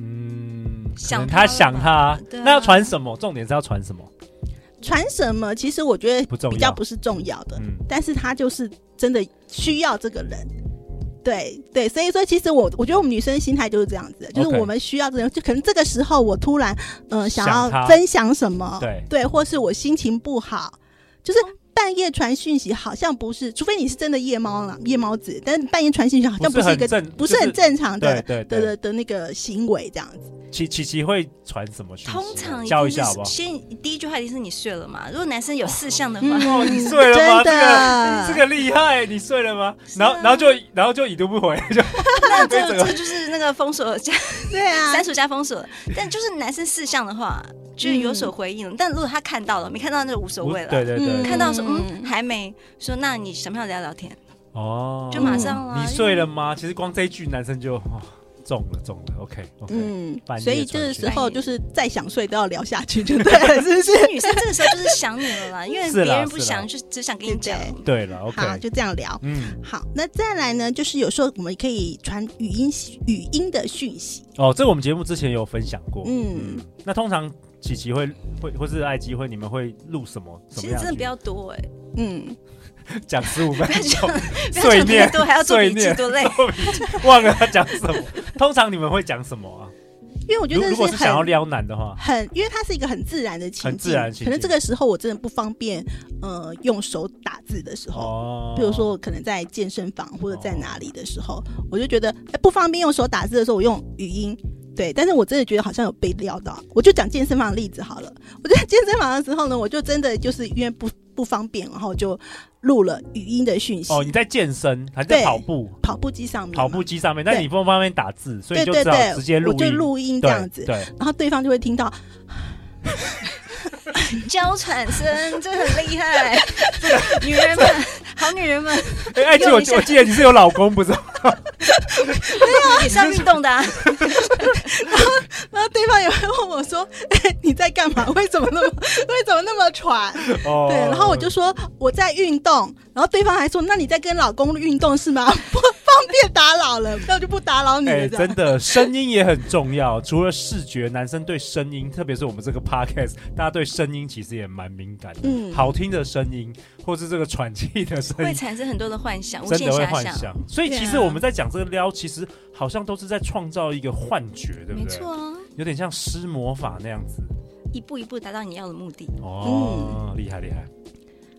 Speaker 2: 嗯，可
Speaker 4: 想
Speaker 2: 能
Speaker 4: 他
Speaker 2: 他
Speaker 4: 了
Speaker 2: 想
Speaker 4: 吧
Speaker 2: 他，
Speaker 4: 对啊
Speaker 2: 那要传什么？重点是要传什么？
Speaker 3: 传什么？其实我觉
Speaker 2: 不
Speaker 3: 得
Speaker 2: 重要
Speaker 3: 比较不是重要的，
Speaker 2: 嗯，
Speaker 3: 但是他就是真的需要这个人。对对，所以说其实我我觉得我们女生心态就是这样子的，就是
Speaker 2: OK
Speaker 3: 我们需要这个人，就可能这个时候我突然呃想
Speaker 2: 想他
Speaker 3: 要分享什么，
Speaker 2: 对，
Speaker 3: 对，或是我心情不好，就是半夜传讯息，好像不是，除非你是真的夜猫了，夜猫子，但半夜传讯息好像
Speaker 2: 嗯不
Speaker 3: 不
Speaker 2: 是
Speaker 3: 是一
Speaker 2: 很
Speaker 3: 个
Speaker 2: 正，
Speaker 3: 不是
Speaker 2: 就
Speaker 3: 很正常
Speaker 2: 对
Speaker 3: 的
Speaker 2: 对
Speaker 3: 的
Speaker 2: 对。
Speaker 3: 的的那个行为这样子。
Speaker 2: 琪琪琪会传什么讯息啊？
Speaker 4: 通常一
Speaker 2: 教一
Speaker 4: 定
Speaker 2: 下好不
Speaker 4: 是
Speaker 2: 好？
Speaker 4: 先第一句话一定是你睡了 嘛？如果男生有四项的话，
Speaker 2: 哇，你
Speaker 3: 嗯，
Speaker 2: 睡了吗？
Speaker 3: 真
Speaker 2: 这个
Speaker 3: 的，
Speaker 2: 这个厉害，你睡了吗？
Speaker 4: 是
Speaker 2: 然
Speaker 4: 啊
Speaker 2: 后，然后就，然后就已读不回，就
Speaker 4: 那这
Speaker 2: 这个
Speaker 4: 这就是那个 封锁加
Speaker 3: 对啊
Speaker 4: 删，除加封锁。但就是男生四项的话，就有所回应了。但如果他看到了，没看到那就无所谓
Speaker 2: 嗯
Speaker 4: 了。
Speaker 2: 对对对，
Speaker 3: 嗯
Speaker 4: 看到说嗯还没说，那你想不想聊聊天？
Speaker 2: 哦，
Speaker 4: 就马上啦。
Speaker 2: 你睡了吗？其实光这一句，男生就哦中了，中了，OK OK，
Speaker 3: 嗯
Speaker 2: 半，夜
Speaker 3: 所以
Speaker 2: 传
Speaker 3: 这个
Speaker 2: 讯
Speaker 3: 时
Speaker 4: 息
Speaker 3: 候就是再想睡都要聊下去，就对了，是不是？
Speaker 4: 因为女生这个时候就是想你了 啦，因为
Speaker 2: 是
Speaker 4: 别
Speaker 2: 啦
Speaker 4: 人不
Speaker 2: 是啦
Speaker 4: 想，就只想跟你讲。
Speaker 3: 对
Speaker 2: 对了
Speaker 3: 好，
Speaker 2: ，OK，
Speaker 3: 就这样聊。
Speaker 2: 嗯，
Speaker 3: 好，那再来呢，就是有时候我们可以传语音语音的讯息，
Speaker 2: 哦，这我们节目之前有分享过，
Speaker 3: 嗯，
Speaker 2: 那通常琪琪会会或是爱基会，你们会录什么？什
Speaker 4: 其
Speaker 2: 么
Speaker 4: 实
Speaker 2: 样
Speaker 4: 真的不
Speaker 2: 剧
Speaker 4: 要多哎，
Speaker 3: 嗯，
Speaker 2: 讲十五分钟，
Speaker 4: 不要
Speaker 2: 碎
Speaker 4: 讲太
Speaker 2: 念
Speaker 4: 多，还要做
Speaker 2: 碎
Speaker 4: 笔记，
Speaker 2: 念
Speaker 4: 多 累。
Speaker 2: 忘了他讲什么。通常你们会讲什么啊？
Speaker 3: 因为我觉
Speaker 2: 如
Speaker 3: 得
Speaker 2: 如果是
Speaker 3: 很
Speaker 2: 想要撩男的话，
Speaker 3: 很，因为它是一个很自然的情境，
Speaker 2: 很自然的情境
Speaker 3: 可能这个时候我真的不方便，呃，用手打字的时候，
Speaker 2: 哦，
Speaker 3: 比如说我可能在健身房或者在哪里的时候，我就觉得、哎不方便用手打字的时候，我用语音。对，但是我真的觉得好像有被撩到。我就讲健身房的例子好了。我在健身房的时候呢，我就真的就是因为不不方便，然后就录了语音的讯息。
Speaker 2: 哦，你在健身还在
Speaker 3: 对
Speaker 2: 跑步？
Speaker 3: 跑步机上面嘛，
Speaker 2: 跑步机上面，但
Speaker 3: 对
Speaker 2: 你不方便打字，所以
Speaker 3: 对
Speaker 2: 你就
Speaker 3: 对
Speaker 2: 只
Speaker 3: 对，
Speaker 2: 好直接录
Speaker 3: 我就
Speaker 2: 音，
Speaker 3: 录音这
Speaker 2: 对
Speaker 3: 样 子，
Speaker 2: 对，
Speaker 3: 然后对方就会听到，
Speaker 4: 娇喘声，这很厉 害。女人们，好女人们，
Speaker 2: 哎，艾姐，我
Speaker 4: 用一下
Speaker 2: 我记得你是有老公不是？
Speaker 4: 也是要运动的啊。
Speaker 3: 然后对方也会问我说：“ 哎，你在干嘛？为什么 那么为什么那么喘？”
Speaker 2: 哦，
Speaker 3: 对，然后我就说我在运动，然后对方还说：“那你在跟老公运动是吗？ 不方便打扰了，那我就不打扰你
Speaker 2: 哎，
Speaker 3: 了。”这
Speaker 2: 真
Speaker 3: 样。
Speaker 2: 的，声音也很重要。 除了视觉，男生对声音，特别是我们这个 podcast，大家对声音其实也蛮敏感的。
Speaker 3: 嗯
Speaker 2: 好听的声音，或是这个喘气的声
Speaker 4: 会
Speaker 2: 音，
Speaker 4: 产生很多的幻想，无
Speaker 2: 真
Speaker 4: 限
Speaker 2: 的会
Speaker 4: 遐
Speaker 2: 幻
Speaker 4: 想。
Speaker 2: 想。所以其实
Speaker 3: 对啊
Speaker 2: 我们在讲这个撩，其实好像都是在创造一个幻觉，对不
Speaker 4: 没
Speaker 2: 对？
Speaker 4: 错啊，
Speaker 2: 有点像施魔法那样子。
Speaker 4: 一步一步达到你要的目的。
Speaker 3: 嗯
Speaker 2: 哦，厉害厉害。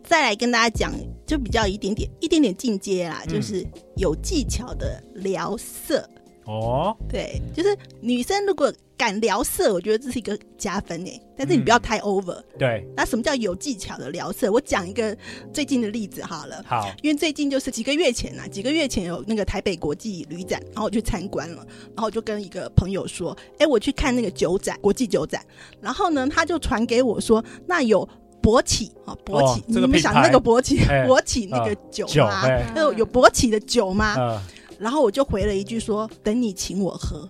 Speaker 3: 再来跟大家讲，就比较一点点一点点进阶啦，
Speaker 2: 嗯
Speaker 3: 就是有技巧的聊色。
Speaker 2: 哦，
Speaker 3: 对，就是女生如果敢聊色，我觉得这是一个加分诶。但是你
Speaker 2: 嗯
Speaker 3: 不要太 over。
Speaker 2: 对，
Speaker 3: 那什么叫有技巧的聊色？我讲一个最近的例子好了。
Speaker 2: 好，
Speaker 3: 因为最近就是几个月前啊，几个月前有那个台北国际旅展，然后我去参观了，然后我就跟一个朋友说，哎，我去看那个酒展，国际酒展，然后呢，他就传给我说，那有勃起啊，勃起，
Speaker 2: 哦这个
Speaker 3: 你
Speaker 2: 品
Speaker 3: 们想
Speaker 2: 牌
Speaker 3: 那个勃起，
Speaker 2: 哎
Speaker 3: 勃起那个
Speaker 2: 啊
Speaker 3: 酒
Speaker 2: 酒，
Speaker 3: 吗？
Speaker 2: 哎，
Speaker 3: 那有勃起的酒吗？
Speaker 2: 嗯，
Speaker 3: 然后我就回了一句说：“等你请我喝。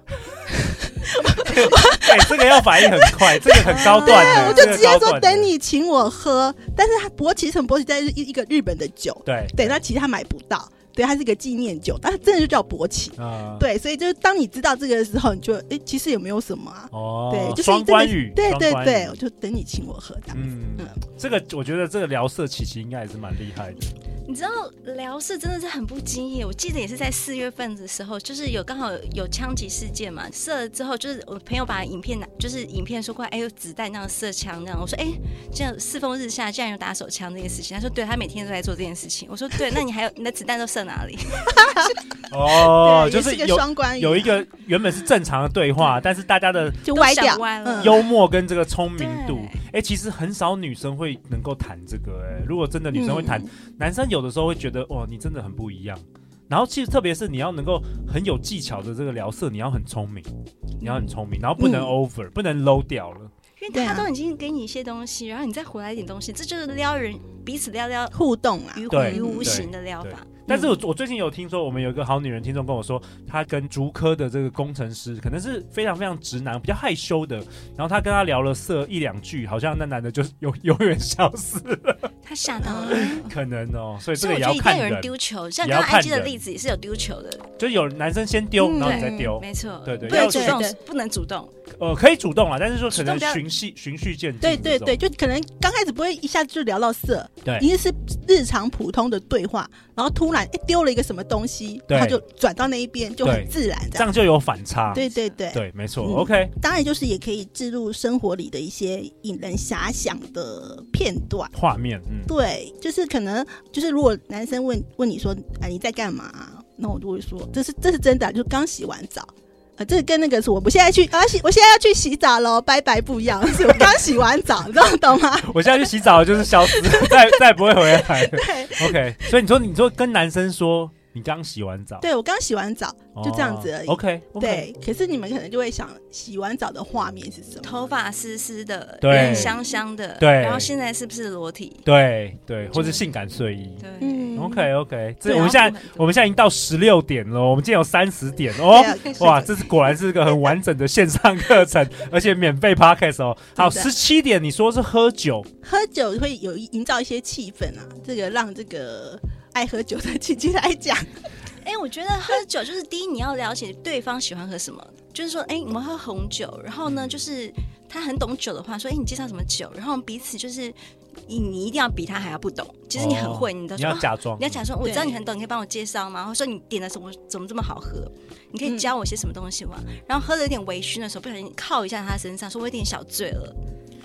Speaker 2: 哎，这个要反应很快，这个很高”
Speaker 4: 对
Speaker 2: 段的，
Speaker 3: 我就
Speaker 2: 这个
Speaker 3: 直接
Speaker 2: 高
Speaker 3: 说：“
Speaker 2: 段的
Speaker 3: 等，你请我喝。”但是它勃起成勃起在一一个日本的酒，
Speaker 2: 对
Speaker 3: 对，那其实它买不到，对，它是一个纪念酒，但它真的就叫勃起。
Speaker 2: 嗯，
Speaker 3: 对，所以就是当你知道这个的时候，你就哎、诶其实也没有什么啊。
Speaker 2: 哦，
Speaker 3: 对，就是
Speaker 2: 双
Speaker 3: 真的
Speaker 2: 关语，
Speaker 3: 对
Speaker 2: 双
Speaker 3: 对
Speaker 2: 关
Speaker 3: 对，
Speaker 2: 语
Speaker 3: 我就等你请我喝这样。
Speaker 2: 嗯
Speaker 3: 嗯，
Speaker 2: 这个我觉得这个聊色琪琪应该也是蛮厉害的，
Speaker 4: 你知道聊是真的是很不经意，我记得也是在四月份的时候，就是有刚好有枪击事件嘛，射了之后就是我朋友把影片拿，就是影片说过来，哎、有子弹那样射枪那样，我说哎、这样世风日下，竟然有打手枪这件事情，他说对，他每天都在做这件事情，我说对，那你还有你的子弹都 射哪里？
Speaker 2: 哦，
Speaker 3: 对
Speaker 2: 就
Speaker 3: 也是一个
Speaker 2: 有
Speaker 3: 双关语啊，
Speaker 2: 有一个原本是正常的对话，但是大家的
Speaker 3: 就歪掉
Speaker 4: 都想歪了
Speaker 3: 嗯
Speaker 2: 幽默跟这个聪明度
Speaker 4: 对，
Speaker 2: 哎、其实很少女生会能够谈这个、哎，如果真的女生会
Speaker 3: 嗯
Speaker 2: 谈，男生有的时候会觉得，哦哇，你真的很不一样。然后其实特别是你要能够很有技巧的这个聊色，你要很聪明，你要很聪明，然后不能
Speaker 3: 嗯
Speaker 2: over，、不能 low 掉了。
Speaker 4: 因
Speaker 3: 对
Speaker 4: 为
Speaker 3: 啊
Speaker 4: 他都已经给你一些东西，然后你再回来一点东西，这就是撩人彼此撩撩
Speaker 3: 互动啊。
Speaker 4: 于
Speaker 2: 对
Speaker 4: 于无形的撩法。
Speaker 2: 但是我我最近有听说，我们有一个好女人听众跟我说，她跟竹科的这个工程师，可能是非常非常直男，比较害羞的。然后她跟他聊了色一两句，好像那男的就永永远消失了，
Speaker 4: 他吓到了。
Speaker 2: 可能哦。所以这
Speaker 4: 所以
Speaker 2: 个也要
Speaker 4: 我觉得一定
Speaker 2: 看
Speaker 4: 要有人
Speaker 2: 人，
Speaker 4: 丢球，像
Speaker 2: 也要
Speaker 4: 刚刚
Speaker 2: 看
Speaker 4: IG 的
Speaker 2: 人
Speaker 4: 例子也是有丢球的，
Speaker 2: 就有男生先丢，
Speaker 3: 嗯
Speaker 2: 然后你再丢。
Speaker 4: 没错，
Speaker 2: 对对
Speaker 4: 不能
Speaker 2: 要
Speaker 4: 主
Speaker 3: 对对
Speaker 4: 动，不能主动，
Speaker 2: 呃，可以主动啊，但是说可
Speaker 4: 主
Speaker 2: 能
Speaker 4: 动不要
Speaker 2: 循序循序渐进。
Speaker 3: 对对对，，就可能刚开始不会一下子就聊到色，
Speaker 2: 对
Speaker 3: 一定是日常普通的对话，然后突然哎丢了一个什么东西，
Speaker 2: 对
Speaker 3: 然后就转到那一边，就
Speaker 2: 对
Speaker 3: 很自然这
Speaker 2: 这
Speaker 3: 样。
Speaker 2: 样就有反差。
Speaker 3: 对对对，
Speaker 2: 对，没错。
Speaker 3: 嗯
Speaker 2: OK，
Speaker 3: 当然就是也可以置入生活里的一些引人遐想的片段。
Speaker 2: 画面，嗯，
Speaker 3: 对，就是可能就是如果男生问问你说啊你在干嘛、那我就会说这是这是真的啊，就刚洗完澡。呃，这跟那个是我，我现在去啊洗，我现在要去洗澡喽，拜拜不一样，是我刚洗完 澡， 你知道懂吗？
Speaker 2: 我现在去洗澡就是消失， 再再也不会回 来了。
Speaker 3: 对，
Speaker 2: OK，所以你说你说跟男生说你刚洗完澡，
Speaker 3: 对我刚洗完澡，
Speaker 2: 哦，
Speaker 3: 就这样子而已
Speaker 2: OK，, o k
Speaker 3: 对。可是你们可能就会想，洗完澡的画面是什么？
Speaker 4: 头发湿湿的，
Speaker 2: 对
Speaker 4: 人香香的，
Speaker 2: 对
Speaker 4: 然后现在是不是裸体？
Speaker 2: 对对或者性感睡衣。
Speaker 4: 嗯对，
Speaker 3: 嗯
Speaker 2: OK OK，这
Speaker 4: 对
Speaker 2: 我们现
Speaker 4: 然后
Speaker 2: 在我们现在已经到十六点了，我们今天有三十点哦。
Speaker 3: 对啊
Speaker 2: 哇，这是果然是个很完整的线上课程，而且免费 podcast 哦。好，
Speaker 3: 真
Speaker 2: 十
Speaker 3: 的
Speaker 2: 七点你说是喝酒，
Speaker 3: 喝酒会有营造一些气氛啊，这个让这个爱喝酒的姐姐来 讲，
Speaker 4: 哎，我觉得喝酒就是第一，你要了解对方喜欢喝什么，就是说，哎，我们喝红酒，然后呢，就是他很懂酒的话，说，哎，你介绍什么酒？然后彼此就是你你一定要比他还要不懂，其实你很会，
Speaker 2: 哦
Speaker 4: 你都
Speaker 2: 你
Speaker 4: 说
Speaker 2: 要
Speaker 4: 哦
Speaker 2: 假装，
Speaker 4: 你要假装我知道
Speaker 3: 对
Speaker 4: 你很懂，你可以帮我介绍吗？或者说你点的什么怎么这么好喝？你可以
Speaker 3: 嗯
Speaker 4: 教我些什么东西吗？然后喝的有点微醺的时候，不小心靠一下他身上，说我有点小醉了，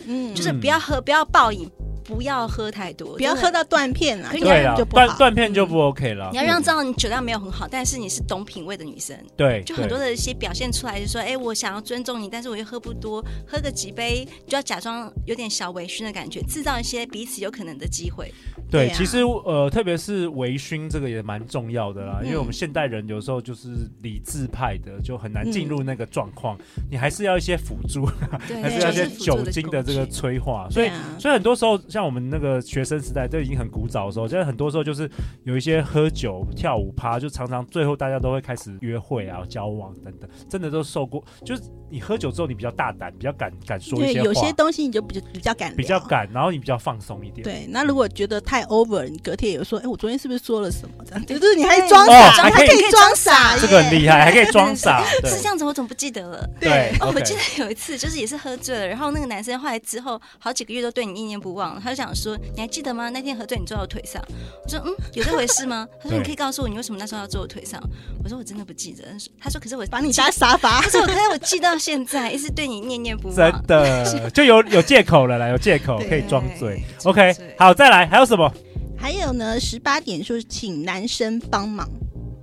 Speaker 3: 嗯，
Speaker 4: 就是不要喝，不要暴饮，不要喝太多，
Speaker 3: 不要
Speaker 4: 真
Speaker 3: 喝
Speaker 4: 的。
Speaker 3: 到断片啊，
Speaker 4: 对
Speaker 3: 这
Speaker 2: 对
Speaker 3: 样
Speaker 2: 啦
Speaker 3: 就，不
Speaker 2: 断
Speaker 3: 好。嗯
Speaker 2: 断片就不 OK 了。嗯
Speaker 4: 你要让知道你酒量没有很好，但是你是懂品味的女生，
Speaker 2: 对，
Speaker 4: 就很
Speaker 2: 对
Speaker 4: 多的一些表现出来，就说，哎，我想要尊重你，但是我又喝不多，喝个几杯就要假装有点小微醺的感觉，制造一些彼此有可能的机会。
Speaker 2: 对，
Speaker 3: 对啊
Speaker 2: 其实呃，特别是微醺这个也蛮重要的啦，因为我们
Speaker 3: 嗯
Speaker 2: 现代人有时候就是理智派的，就很难进入那个状况，你还是要一些辅助，
Speaker 4: 对，
Speaker 2: 还是
Speaker 4: 酒
Speaker 2: 要一
Speaker 4: 是
Speaker 2: 些
Speaker 4: 辅助
Speaker 2: 酒精的这个
Speaker 4: 工具
Speaker 2: 催化，所以
Speaker 3: 对。啊
Speaker 2: 所以很多时候，像我们那个学生时代，都已经很古早的时候，现在很多时候就是有一些喝酒、跳舞趴，就常常最后大家都会开始约会啊、交往等等，真的都受过。就是你喝酒之后，你比较大胆，比较敢敢说一
Speaker 3: 对，
Speaker 2: 些
Speaker 3: 有
Speaker 2: 话，
Speaker 3: 些东西你就比较比较敢聊
Speaker 2: 比较。敢，嗯然后你比较放松一点。
Speaker 3: 对，那如果觉得太 over，你隔天也说，哎，我昨天是不是说了什么？这样就是你还装
Speaker 2: 哦
Speaker 3: 傻，
Speaker 2: 还
Speaker 3: 还
Speaker 2: 可以
Speaker 3: 以装傻耶，
Speaker 2: 这个很厉害，还可以装傻，对
Speaker 4: 是这样子，我怎么不记得了？
Speaker 2: 对
Speaker 4: 哦，我
Speaker 2: OK
Speaker 4: 记得有一次，就是也是喝醉了，然后那个男生后来之后好几个月都对你念念不忘，他就想说，你还记得吗？那天喝醉你坐到我腿上，我说嗯，有这回事吗？ 他说
Speaker 2: 对
Speaker 4: 你可以告诉我你为什么那时候要坐我腿上？我说我真的不记得。他说可是我
Speaker 3: 把你搭沙发
Speaker 4: 他。说我可是我记到现在，一直对你念念不
Speaker 2: 真
Speaker 4: 忘。
Speaker 2: 的就有有借口了啦，有借口
Speaker 3: 对
Speaker 2: 可以装醉。
Speaker 4: 装
Speaker 2: OK，
Speaker 4: 醉
Speaker 2: 好，再来还有什么？
Speaker 3: 还有呢，十八点说请男生帮忙，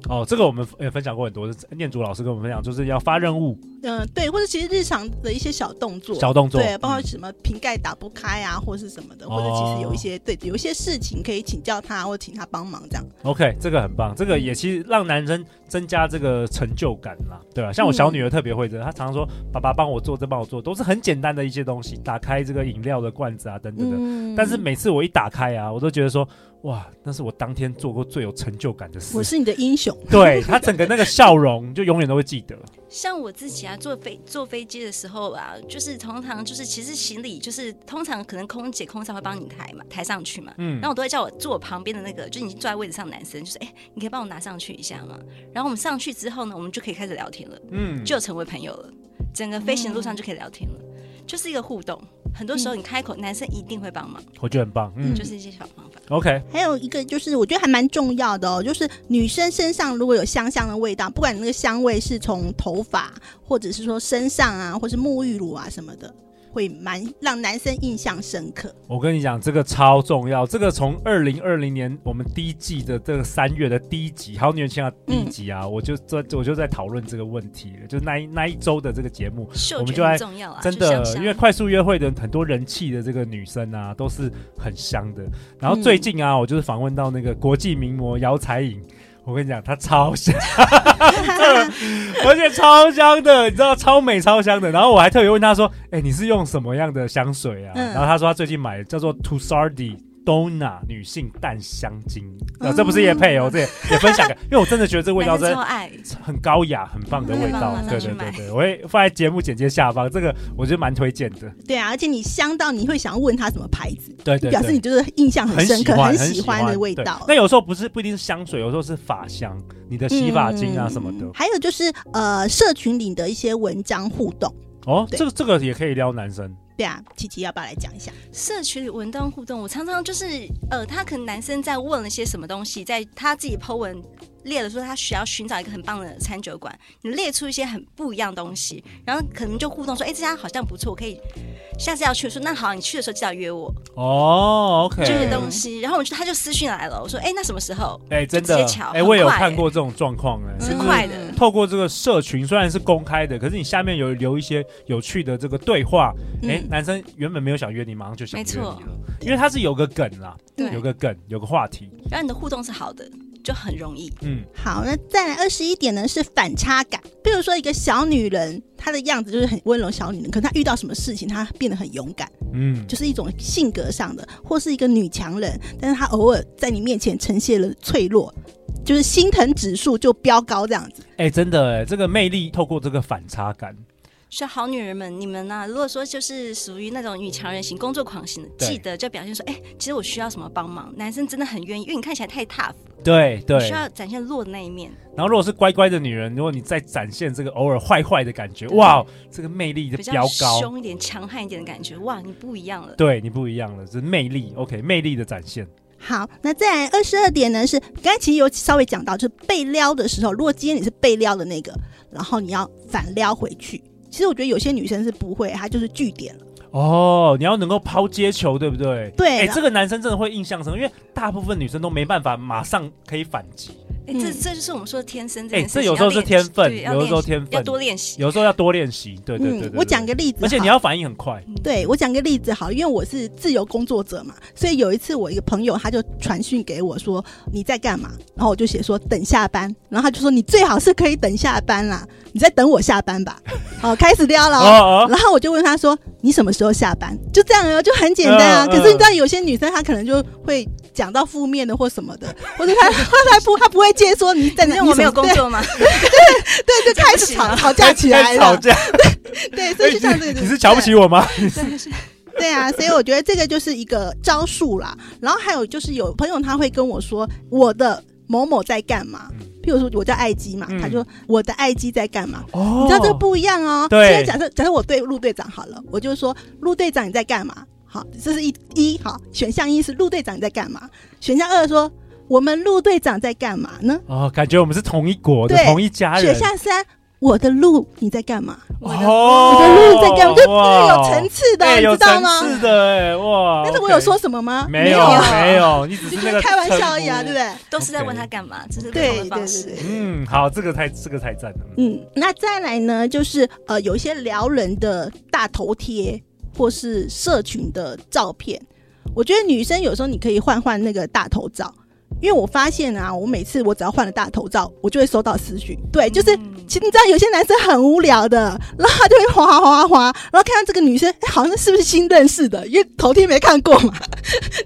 Speaker 2: 哦，这个我们也分享过很多，念祖老师跟我们分享，就是要发任务
Speaker 3: 嗯、对，或者其实日常的一些小动作，
Speaker 2: 小动作，嗯
Speaker 3: 对，包括什么瓶盖打不开啊，或是什么的，或者其实有
Speaker 2: 哦
Speaker 3: 一些对，有一些事情可以请教他或请他帮忙这样。
Speaker 2: OK，这个很棒，
Speaker 3: 嗯
Speaker 2: 这个也其实让男生增加这个成就感啦，对吧、
Speaker 3: 嗯
Speaker 2: 像我小女儿特别会这个，她常常说爸爸帮我做这帮我做，都是很简单的一些东西，打开这个饮料的罐子啊等等的。
Speaker 3: 嗯
Speaker 2: 但是每次我一打开啊，我都觉得说哇，那是我当天做过最有成就感的事
Speaker 3: 我。是你的英雄，
Speaker 2: 对她整个那个笑容就永远都会记得。
Speaker 4: 像我自己啊，坐飞坐飞机的时候啊，就是通常就是其实行李就是通常可能空姐空少会帮你抬嘛，抬上去嘛。
Speaker 2: 嗯
Speaker 4: 然后我都会叫我坐我旁边的那个，就是已经坐在位置上的男生，就是哎、你可以帮我拿上去一下吗？然后我们上去之后呢，我们就可以开始聊天了，
Speaker 2: 嗯，
Speaker 4: 就成为朋友了。整个飞行的路上就可以聊天了，就是一个互动。很多时候你开口，男生一定会帮忙，
Speaker 2: 我觉得很棒。嗯
Speaker 4: 就是一些小方法。
Speaker 2: ，OK，
Speaker 3: 还有一个就是我觉得还蛮重要的哦，就是女生身上如果有香香的味道，不管那个香味是从头发，或者是说身上啊，或是沐浴乳啊什么的，会蛮让男生印象深刻。
Speaker 2: 我跟你讲，这个超重要。这个从二零二零年我们第一季的这个三月的第一集《好女人情感》第一集啊，我就在我就在讨论这个问题了，就是那一那一周的这个节目。
Speaker 4: 嗅
Speaker 2: 我们就
Speaker 4: 觉
Speaker 2: 在
Speaker 4: 很重要啊，
Speaker 2: 真
Speaker 4: 就香
Speaker 2: 的，
Speaker 4: 香
Speaker 2: 因为快速约会的很多人气的这个女生啊，都是很香的。然后最近啊，
Speaker 4: 嗯
Speaker 2: 我就是访问到那个国际名模姚彩颖，我跟你讲，她超 香， 而且超香的，你知道，超美超香的。然后我还特别问她说：“哎、你是用什么样的香水啊？”
Speaker 3: 嗯
Speaker 2: 然后她说她最近买的叫做 Tusardi。Dona 女性淡香精，啊，这不是也配哦，这也也分享给，因为我真的觉得这味道
Speaker 4: 男
Speaker 2: 真
Speaker 4: 生超爱，
Speaker 2: 很高雅、很棒的味
Speaker 4: 太
Speaker 2: 道
Speaker 4: 棒了，
Speaker 2: 对
Speaker 4: 那去
Speaker 2: 对
Speaker 4: 买
Speaker 2: 对对，我会放在节目简介下方，这个我觉得蛮推荐的，
Speaker 3: 对啊，而且你香到你会想要问他什么牌子，
Speaker 2: 对对
Speaker 3: 表示你
Speaker 2: 对，
Speaker 3: 就是印象很深
Speaker 2: 喜
Speaker 3: 刻、
Speaker 2: 欢
Speaker 3: 很
Speaker 2: 很
Speaker 3: 喜欢的味道
Speaker 2: 对。那有时候不是不一定是香水，有时候是发香，你的洗发精啊
Speaker 3: 嗯
Speaker 2: 什么的。
Speaker 3: 还有就是呃，社群里的一些文章互动，
Speaker 2: 哦，
Speaker 3: 对
Speaker 2: 这个这个也可以撩男生，
Speaker 3: 对啊，琪琪要不要来讲一下？
Speaker 4: 社群里文章互动，我常常就是呃，他可能男生在问了些什么东西，在他自己 Po 文列了说他需要寻找一个很棒的餐酒馆，你列出一些很不一样的东西，然后可能就互动说，哎、这家好像不错，我可以下次要去，我说那好，你去的时候记得约我，
Speaker 2: 哦，OK，
Speaker 4: 这些东西，然后我就他就私讯来了，我说，哎、那什么时候？
Speaker 2: 哎，真
Speaker 4: 直
Speaker 2: 的
Speaker 4: 接巧，
Speaker 2: 哎，
Speaker 4: 很
Speaker 2: 我也有
Speaker 4: 快
Speaker 2: 看过这种状况，哎，
Speaker 4: 是
Speaker 3: 嗯
Speaker 2: 就是
Speaker 4: 快的，
Speaker 2: 透过这个社群，虽然是公开的，可是你下面有留一些有趣的这个对话，
Speaker 3: 嗯
Speaker 2: 哎、男生原本没有想约你，马上就想约
Speaker 4: 没
Speaker 2: 你
Speaker 4: 错
Speaker 2: 了，因为他是有个梗啦，
Speaker 4: 对
Speaker 2: 有个梗，有个话题，
Speaker 4: 然后你的互动是好的，就很容易。
Speaker 2: 嗯，
Speaker 3: 好，那再来二十一点呢是反差感，比如说一个小女人，她的样子就是很温柔小女人，可是她遇到什么事情，她变得很勇敢，
Speaker 2: 嗯，
Speaker 3: 就是一种性格上的，或是一个女强人，但是她偶尔在你面前呈现了脆弱，就是心疼指数就飙高这样子。
Speaker 2: 哎、真的、哎，这个魅力透过这个反差感，
Speaker 4: 所以好女人们，你们呢、如果说就是属于那种女强人型、工作狂型的，
Speaker 2: 对
Speaker 4: 记得就表现说，哎、其实我需要什么帮忙，男生真的很愿意，因为你看起来太 tough，
Speaker 2: 对对
Speaker 4: 你需。要展现弱的那一面，
Speaker 2: 然后如果是乖乖的女人，如果你再展现这个偶尔坏坏的感觉，
Speaker 4: 对
Speaker 2: 哇，哦这个魅力就
Speaker 4: 比较
Speaker 2: 飙高，
Speaker 4: 凶一点、强悍一点的感觉，哇，你不一样了。
Speaker 2: 对你不一样了，这是魅力，OK，魅力的展现，
Speaker 3: 好，那再来二十二点呢是，刚才其实有稍微讲到，就是被撩的时候，如果今天你是被撩的那个，然后你要反撩回去，其实我觉得有些女生是不会，她就是据点了。
Speaker 2: 哦，你要能够抛接球，对不对？
Speaker 3: 对，
Speaker 2: 哎、
Speaker 3: 然后
Speaker 2: 这个男生真的会印象深刻，因为大部分女生都没办法马上可以反击。
Speaker 4: 哎、
Speaker 3: 嗯
Speaker 4: 这这就是我们说的天生这
Speaker 2: 哎、
Speaker 4: 件事
Speaker 2: 这
Speaker 4: 情。
Speaker 2: 有时候
Speaker 4: 要
Speaker 2: 是
Speaker 4: 练
Speaker 2: 天分，
Speaker 4: 对要
Speaker 2: 有的时候
Speaker 4: 练习
Speaker 2: 天
Speaker 4: 要
Speaker 2: 分，
Speaker 4: 多练习。
Speaker 2: 有时候要多练习。对对对对
Speaker 3: 嗯，我讲
Speaker 2: 对
Speaker 3: 个例子，
Speaker 2: 而且你。要反应很快。
Speaker 3: 对我讲个例子好，因为我是自由工作者嘛，所以有一次我一个朋友他就传讯给我说你在干嘛，然后我就写说等下班，然后他就说你最好是可以等下班啦，你在等我下班吧，好开始撩了
Speaker 2: 哦
Speaker 3: 哦、然后我就问他说你什么时候下班？就这样哦，就很简单啊。
Speaker 2: 嗯嗯
Speaker 3: 可是你知道有些女生她可能就会讲到负面的或什么的，或者她她她不她不会接说你在
Speaker 4: 反
Speaker 3: 哪，
Speaker 4: 正
Speaker 3: 你
Speaker 4: 我
Speaker 3: 什
Speaker 4: 没
Speaker 3: 么
Speaker 4: 有工，作 嘛，
Speaker 3: 对对，就开始吵
Speaker 4: 啊
Speaker 3: 吵架
Speaker 2: 在
Speaker 3: 起来
Speaker 2: 哎吵
Speaker 3: 了，
Speaker 2: 架，哎
Speaker 3: 对，所以就像这个就
Speaker 2: 你是瞧不
Speaker 3: 对
Speaker 2: 起我吗？
Speaker 3: 对啊，所以我觉得这个就是一个招数啦。然后还有就是有朋友他会跟我说我的某某在干嘛
Speaker 2: 嗯，
Speaker 3: 譬如说我叫爱基嘛，
Speaker 2: 嗯
Speaker 3: 他说我的爱基在干嘛。
Speaker 2: 哦
Speaker 3: 你知道这个不一样哦。
Speaker 2: 对
Speaker 3: 现在假设假设我对陆队长好了，我就说陆队长你在干嘛？好，这是一一好选项一是陆队长你在干嘛？选项二说我们陆队长在干嘛呢？
Speaker 2: 哦，感觉我们是同一国的
Speaker 3: 对
Speaker 2: 同一家人
Speaker 3: 选。项三我的路你在干嘛？
Speaker 4: 我的
Speaker 2: 哦
Speaker 3: 我的路在干嘛？就
Speaker 2: 哇
Speaker 3: 有层次的，
Speaker 2: 哎
Speaker 3: 你
Speaker 2: 有
Speaker 3: 知道
Speaker 2: 层
Speaker 3: 吗？
Speaker 2: 次的哎哇！
Speaker 3: 但是我
Speaker 2: OK
Speaker 3: 有说什么吗？
Speaker 2: 没有
Speaker 3: 有，啊
Speaker 2: 没有， 你只
Speaker 3: 就是
Speaker 2: 那
Speaker 3: 是
Speaker 2: 个
Speaker 3: 开玩笑而已啊，
Speaker 2: 称呼
Speaker 3: 对不对？
Speaker 4: 都是在问他干嘛，只是不
Speaker 3: 对
Speaker 4: 同的
Speaker 3: 对对
Speaker 4: 方式。
Speaker 3: 对。
Speaker 2: 嗯，好，这个太这个太赞了。嗯
Speaker 3: 嗯，那再来呢，就是呃，有一些撩人的大头贴或是社群的照片，我觉得女生有时候你可以换换那个大头照，因为我发现啊，我每次我只要换了大头照，我就会收到私讯，对，就是。
Speaker 4: 嗯
Speaker 3: 其实你知道有些男生很无聊的，然后他就会滑滑滑滑滑，然后看到这个女生，哎，好像是不是新认识的？因为头贴没看过嘛，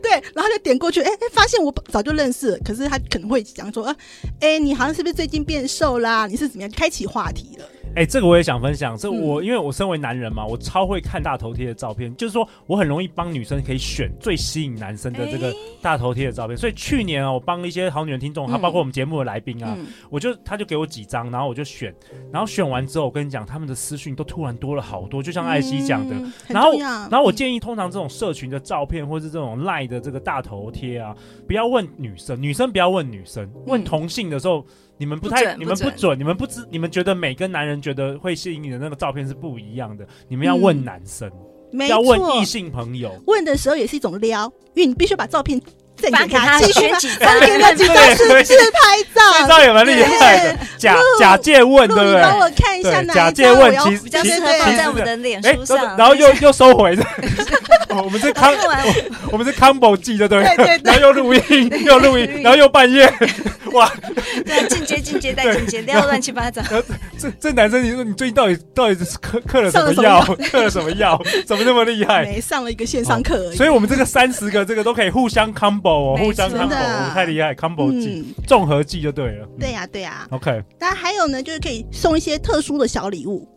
Speaker 3: 对，然后他就点过去，哎哎，发现我早就认识了，可是他可能会讲说，啊，哎，你好像是不是最近变瘦啦？你是怎么样开启话题了？
Speaker 2: 哎、这个我也想分享。
Speaker 3: 嗯
Speaker 2: 这我、因为我身为男人嘛，我超会看大头贴的照片，就是说我很容易帮女生可以选最吸引男生的这个
Speaker 4: 哎
Speaker 2: 大头贴的照片。所以去年啊，我帮一些好女人听众，还
Speaker 4: 嗯
Speaker 2: 包括我们节目的来宾啊，
Speaker 4: 嗯，
Speaker 2: 我就他就给我几张，然后我就选，然后选完之后，我跟你讲，他们的私讯都突然多了好多，就像艾希讲的。
Speaker 3: 嗯很
Speaker 2: 然后
Speaker 3: 重要。
Speaker 2: 然后我建议，通常这种社群的照片或是这种赖的这个大头贴啊，不要问女生，女生不要问女生，
Speaker 3: 嗯
Speaker 2: 问同性的时候，你们不
Speaker 4: 不
Speaker 2: 太，
Speaker 4: 准
Speaker 2: 你们
Speaker 4: 不
Speaker 2: 不
Speaker 4: 准
Speaker 2: 准，你们不知，你们觉得每个男人觉得会吸引你的那个照片是不一样的，你们要问
Speaker 3: 嗯
Speaker 2: 男生，
Speaker 3: 没
Speaker 2: 要
Speaker 3: 错，
Speaker 2: 问异性朋友，
Speaker 3: 问的时候也是一种撩，因为你必须把照片再
Speaker 4: 发给他
Speaker 3: 继续
Speaker 4: 选
Speaker 3: 发
Speaker 4: 几张
Speaker 3: 发给他几张
Speaker 2: 对对
Speaker 3: 是自拍
Speaker 2: 这
Speaker 3: 照。
Speaker 2: 招也蛮厉害的，假假借问，对不
Speaker 3: 露露，你
Speaker 2: 对？
Speaker 3: 帮我看一下
Speaker 2: 对
Speaker 3: 哪
Speaker 2: 假
Speaker 3: 一
Speaker 2: 借
Speaker 3: 张我
Speaker 2: 问
Speaker 3: 要
Speaker 2: 其实
Speaker 4: 比较
Speaker 2: 其
Speaker 4: 适
Speaker 2: 实
Speaker 4: 合
Speaker 3: 对
Speaker 4: 放
Speaker 2: 其实
Speaker 4: 在我们的脸
Speaker 2: 哎，
Speaker 4: 书
Speaker 2: 然
Speaker 4: 上，
Speaker 2: 后然后又又收回， 哦我们 是康
Speaker 4: 看完
Speaker 2: 我们是 combo 记，对不对？
Speaker 3: 对对对
Speaker 2: 然后又录音，又录音，然后又半夜，哇！
Speaker 4: 对进阶进阶再进阶，不要乱七八糟。
Speaker 2: 这这男生，你说你最近到底到底是嗑嗑了什么
Speaker 3: 上
Speaker 2: 药
Speaker 3: 了？
Speaker 2: 嗑了什么药？怎么那么厉害？
Speaker 3: 没上了一个线上课而已。
Speaker 2: 所以，我们这个三十个这个都可以互相 combo 哦，
Speaker 4: 没错
Speaker 2: 互相
Speaker 3: 真
Speaker 2: combo，
Speaker 3: 的
Speaker 2: 哦太厉害，combo 技，
Speaker 3: 嗯，
Speaker 2: 综合技就对了。嗯
Speaker 3: 对呀、对呀、
Speaker 2: OK，
Speaker 3: 那还有呢，就是可以送一些特殊的小礼物。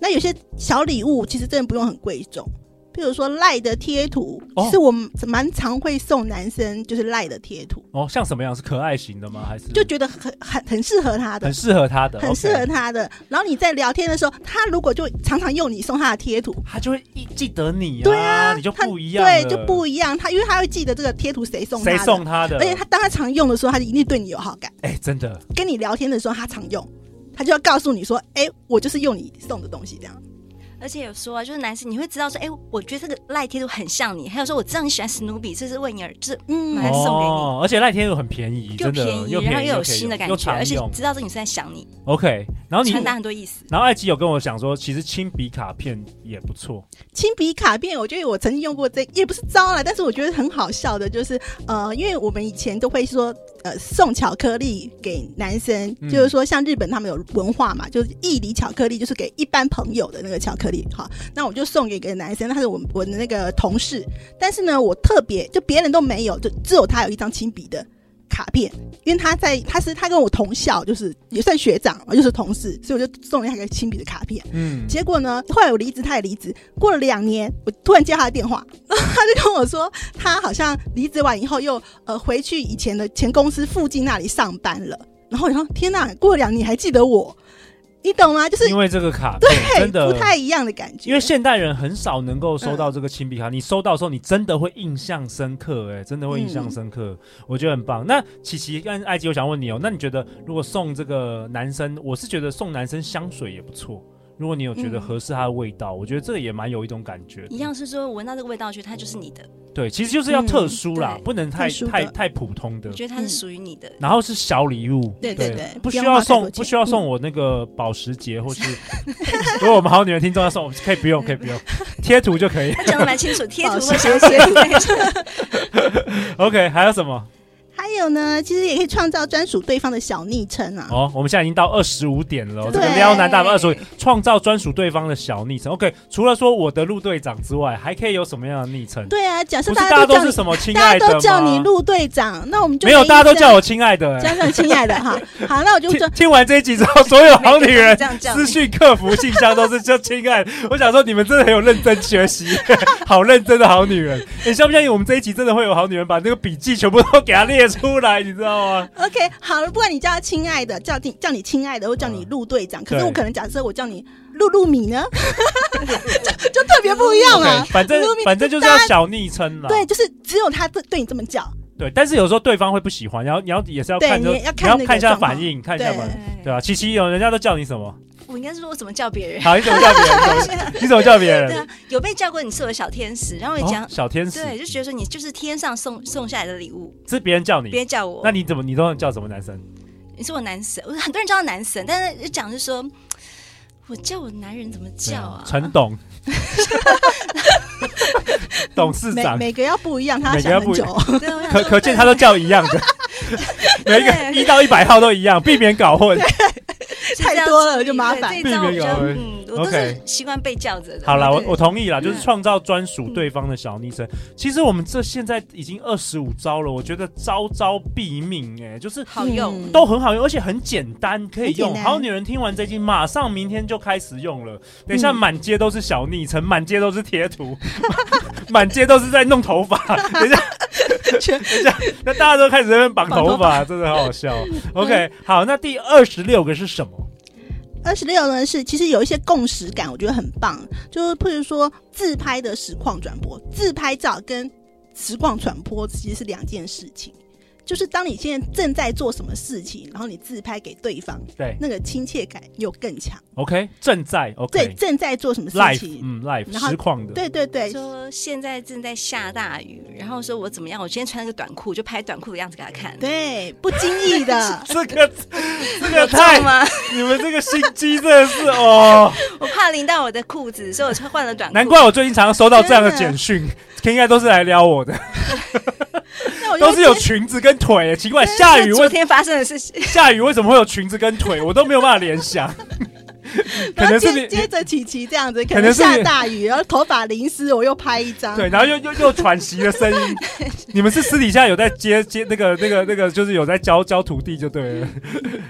Speaker 3: 那有些小礼物其实真的不用很贵重，比如说赖的贴图，
Speaker 2: 哦
Speaker 3: 其实我们蛮常会送男生，就是赖的贴图，
Speaker 2: 哦，像什么样是可爱型的吗？还是
Speaker 3: 就觉得很很很适合他的
Speaker 2: 很。适合他的，
Speaker 3: 很
Speaker 2: OK
Speaker 3: 适合他的，然后你在聊天的时候，他如果就常常用你送他的贴图，
Speaker 2: 他就会一记得你啊，
Speaker 3: 对啊，
Speaker 2: 你就
Speaker 3: 他
Speaker 2: 不一样了，
Speaker 3: 对，就不一样。他因为他会记得这个贴图谁送他
Speaker 2: 谁
Speaker 3: 的，
Speaker 2: 送他的？
Speaker 3: 而且他当他常用的时候，他就一定对你有好感。
Speaker 2: 哎，真的，
Speaker 3: 跟你聊天的时候，他常用，他就要告诉你说：“哎、我就是用你送的东西。”这样，
Speaker 4: 而且有说啊，就是男生你会知道说，哎，我觉得这个赖贴图很像你，还有说我知道你喜欢史努比，这是为你而就是
Speaker 3: 嗯
Speaker 4: 买来送给你。
Speaker 2: 哦，而且赖天又很便宜，
Speaker 4: 又
Speaker 2: 真的
Speaker 4: 便宜，然后
Speaker 2: 宜
Speaker 4: 又
Speaker 2: 可
Speaker 4: 有
Speaker 2: 以
Speaker 4: 新的
Speaker 2: 用
Speaker 4: 感
Speaker 2: 又
Speaker 4: 觉，而
Speaker 2: 常
Speaker 4: 且
Speaker 2: 用。
Speaker 4: 知道这女生在想你，
Speaker 2: OK，然后你
Speaker 4: 传达很多意思。
Speaker 2: 然后艾吉有跟我讲说，其实亲笔卡片也不错，
Speaker 3: 亲笔卡片，我觉得我曾经用过这，也不是招了，但是我觉得很好笑的，就是呃，因为我们以前都会说，呃，送巧克力给男生，
Speaker 2: 嗯
Speaker 3: 就是说像日本他们有文化嘛，就是义理巧克力，就是给一般朋友的那个巧克力，哈。那我就送给一个男生，他是我我的那个同事，但是呢，我特别就别人都没有，就只有他有一张亲笔的。卡片，因为他在他是他跟我同校，就是也算学长，又是同事，所以我就送了他一个亲笔的卡片。
Speaker 2: 嗯，
Speaker 3: 结果呢，后来我离职，他也离职。过了两年，我突然接他的电话， 然后他就跟我说，他好像离职完以后又呃回去以前的前公司附近那里上班了。然后我想说，天哪，过了两年还记得我，你懂吗？就是
Speaker 2: 因为这个卡片
Speaker 3: 对，
Speaker 2: 真的
Speaker 3: 不太一样的感觉。
Speaker 2: 因为现代人很少能够收到这个亲笔
Speaker 4: 嗯
Speaker 2: 卡，你收到的时候，你真的会印象深刻、哎，真的会印象深刻，
Speaker 4: 嗯
Speaker 2: 我觉得很棒。那琪琪跟艾吉，我想问你哦，那你觉得如果送这个男生，我是觉得送男生香水也不错。如果你有
Speaker 4: 嗯
Speaker 2: 觉得合适他的味道，我觉得这个也蛮有一种感觉的。
Speaker 4: 一样是说闻到这个味道，觉得它就是你的，
Speaker 2: 对，其实就是要特殊啦，
Speaker 4: 嗯对
Speaker 2: 不能太
Speaker 3: 特殊的
Speaker 2: 太太普通的
Speaker 4: 你。觉得它是属于你的。
Speaker 2: 然后是小礼物，
Speaker 3: 对对对
Speaker 2: 不
Speaker 3: 不
Speaker 2: 需
Speaker 3: 要
Speaker 2: 要
Speaker 3: 花太
Speaker 2: 送
Speaker 3: 多，
Speaker 2: 不
Speaker 3: 钱
Speaker 2: 需要送
Speaker 3: 嗯
Speaker 2: 我那个保时捷， 或是 如果我们好女人听众要送，我们可以不用，可以不用，贴图就可以。
Speaker 4: 他讲的蛮清楚，贴图
Speaker 3: 保
Speaker 4: 会
Speaker 3: 持
Speaker 4: 想
Speaker 3: 贴图
Speaker 4: 写。
Speaker 2: OK，还有什么？
Speaker 3: 还有呢，其实也可以创造专属对方的小昵称啊。
Speaker 2: 哦，我们现在已经到二十五点了哦，这个
Speaker 3: 对
Speaker 2: 撩男大二十五，创造专属对方的小昵称。OK，除了说我的陆队长之外，还可以有什么样的昵称？
Speaker 3: 对啊，假
Speaker 2: 不
Speaker 3: 设
Speaker 2: 是
Speaker 3: 大
Speaker 2: 家
Speaker 3: 家
Speaker 2: 都
Speaker 3: 都叫
Speaker 2: 是
Speaker 3: 你，
Speaker 2: 什么亲
Speaker 3: 大
Speaker 2: 爱
Speaker 3: 家
Speaker 2: 的吗？
Speaker 3: 都叫你陆队长，那我们就
Speaker 2: 没有，大家都叫
Speaker 3: 我
Speaker 2: 我亲爱的。哎
Speaker 3: 加上亲爱的 哈。好，那我就
Speaker 2: 听
Speaker 3: 说
Speaker 2: 听完这一集之后，所有好女人
Speaker 4: 这样叫
Speaker 2: 私讯客服信箱都是叫亲爱的。 我想说，你们真的很有认真学习， 好认真的好女人。你相不相信我们这一集真的会有好女人把那个笔记全部都给它列出来，你知道吗？
Speaker 3: OK，好了，不管你叫他亲爱的，叫你叫你亲爱的，或叫你陆队长，可是
Speaker 2: 对
Speaker 3: 我可能假设我叫你露露米呢， 就就特别不一样
Speaker 2: OK，
Speaker 3: 了。
Speaker 2: 反正
Speaker 3: 露米
Speaker 2: 反正就是要小昵称啦。
Speaker 3: 对，就是只有他对对你这么叫，
Speaker 2: 对，但是有时候对方会不喜欢，然后你要也是要
Speaker 3: 对
Speaker 2: 看说，
Speaker 3: 你要
Speaker 2: 你要
Speaker 3: 看那个
Speaker 2: 看一下
Speaker 3: 状况
Speaker 2: 反应，看一下啊
Speaker 3: 对
Speaker 2: 反应。对吧？琪琪有人家都叫你什么？
Speaker 4: 我应该是说我怎么叫别人。
Speaker 2: 好，你怎么叫别人？你怎么叫别
Speaker 4: 对
Speaker 2: 人
Speaker 4: 啊？，有被叫过你是我的小天使，然后我讲、
Speaker 2: 哦，小天使，
Speaker 4: 对，就觉得说你就是天上送送下来的礼物，
Speaker 2: 是别人叫你
Speaker 4: 别，人叫我，
Speaker 2: 嗯那你怎么你都要叫什么男生？
Speaker 4: 你是我男神，我很多人叫我男神，但是讲是说，我叫我男人怎么叫啊？
Speaker 2: 陈董， 董事
Speaker 3: 每
Speaker 2: 长，
Speaker 3: 每个要不一样，他要
Speaker 2: 每个
Speaker 3: 想
Speaker 2: 要
Speaker 3: 很
Speaker 2: 不一
Speaker 3: 久。
Speaker 4: 对，啊我 想
Speaker 2: 可
Speaker 4: 说
Speaker 2: 可见他都叫一样 的，每一个
Speaker 4: 对
Speaker 2: 一到一百号都一样，避免搞混。
Speaker 4: 是这样
Speaker 3: 太多了
Speaker 4: 处理
Speaker 3: 就麻烦
Speaker 4: 对这一招我
Speaker 2: 避
Speaker 4: 就
Speaker 2: 免搞混
Speaker 4: 嗯，我都
Speaker 2: OK
Speaker 4: 是习惯被叫着的。
Speaker 2: 好啦，我
Speaker 4: 对
Speaker 2: 我同意啦，就是
Speaker 4: 嗯
Speaker 2: 创造专属对方的小昵称。其实我们这现在已经二十五招了，我觉得招招毙命哎、就是
Speaker 4: 好用，
Speaker 3: 嗯
Speaker 2: 都很好用，而且很简单，可以用
Speaker 3: 很。简单
Speaker 2: 好女人听完这集，马上明天就开始用了。等一下
Speaker 3: 嗯
Speaker 2: 满街都是小昵称，满街都是贴图， 满街都是在弄头发。 等一下，
Speaker 3: 全
Speaker 2: 等一下，那大家都开始在那边绑头发，真的好好 笑。OK，好，
Speaker 3: 嗯
Speaker 2: 那第二十六个是什么？
Speaker 3: 二十六呢是其实有一些共识感，我觉得很棒，就是譬如说自拍的实况转播，自拍照跟实况传播其实是两件事情。就是当你现在正在做什么事情，然后你自拍给对方，
Speaker 2: 对
Speaker 3: 那个亲切感又更强。
Speaker 2: ，OK，正在
Speaker 3: 对，
Speaker 2: OK。
Speaker 3: 正在做什么事
Speaker 2: Life，
Speaker 3: 情？
Speaker 2: 嗯，Life
Speaker 3: 然后
Speaker 2: 实况的，
Speaker 3: 对对对，
Speaker 4: 说现在正在下大雨，然后说我怎么样？我今天穿了个短裤，就拍短裤的样子给他看。，
Speaker 3: 对，不经 意的
Speaker 2: 这 个这个
Speaker 4: 有
Speaker 2: 太
Speaker 4: 中，吗？
Speaker 2: 你们这个心机真的是哦，
Speaker 4: 我怕淋到我的裤子，所以我穿换了短裤。
Speaker 2: 难怪我最近常常收到这样的简讯，应该都是来撩我的，
Speaker 3: 那我就
Speaker 2: 都是有裙子跟 腿。奇
Speaker 3: 啊
Speaker 2: 怪，下雨
Speaker 4: 这是昨
Speaker 2: 为
Speaker 4: 天发生的事情，
Speaker 2: 下雨为什么会有裙子跟腿？我都没有办法联 想，可
Speaker 3: 然后
Speaker 2: 能是
Speaker 3: 接
Speaker 2: 你
Speaker 3: 接着琪琪这样子，
Speaker 2: 可
Speaker 3: 可
Speaker 2: 能
Speaker 3: 能
Speaker 2: 是
Speaker 3: 下
Speaker 2: 你
Speaker 3: 大雨，然后头发淋湿，我又拍一张。
Speaker 2: 对，然后又又又喘息的声 音。你们是私底下有在接接那个那个那个，就是有在教教徒弟就对了。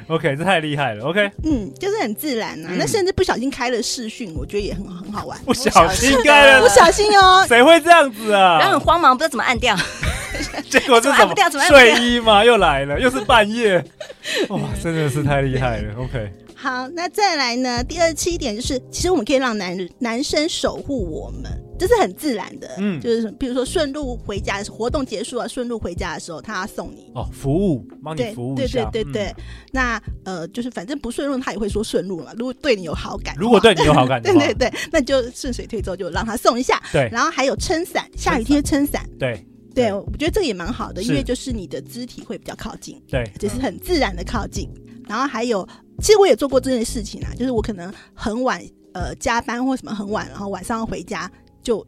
Speaker 2: OK，这太厉害了。OK，
Speaker 3: 嗯，就是很自然啊。
Speaker 2: 嗯
Speaker 3: 那甚至不小心开了视讯，我觉得也很很好玩。
Speaker 2: 不小心该
Speaker 4: 呃
Speaker 3: 不
Speaker 2: 了，
Speaker 3: 小心哦，
Speaker 2: 谁会这样子 啊？
Speaker 4: 然后很慌忙，不知道怎么按掉。
Speaker 2: 结果是什
Speaker 3: 啊
Speaker 4: 怎么按不掉怎么按不
Speaker 2: 睡
Speaker 4: 掉
Speaker 2: 衣吗？又来了，又是半 夜，哇，真的是太厉害了。OK，
Speaker 3: 好，那再来呢？第二七点就是，其实我们可以让男人男生守护我们，这是很自然的。
Speaker 2: 嗯
Speaker 3: 嗯，就是比如说顺路回家的时候，活动结束了，顺路回家的时候，他要送你。
Speaker 2: 哦，服务帮你
Speaker 3: 对
Speaker 2: 服务一
Speaker 3: 对
Speaker 2: 下
Speaker 3: 对对对，
Speaker 2: 嗯
Speaker 3: 那呃，就是反正不顺路，他也会说顺路嘛。如果对你有好感的话，
Speaker 2: 如果对你有好感的
Speaker 3: 对
Speaker 2: 话，
Speaker 3: 对对，那你就顺水推舟，就让他送一下。
Speaker 2: 对
Speaker 3: 然后还有撑伞，下雨天撑伞，
Speaker 2: 对对
Speaker 3: 对我觉得这个也蛮好的，因为
Speaker 2: 是嗯
Speaker 3: 就是你的肢体会比较靠近。
Speaker 2: 对，
Speaker 3: 就是很自然的靠近。然后还有，其实我也做过这件事情啊，就是我可能很晚呃加班或什么很晚，然后晚上要回家就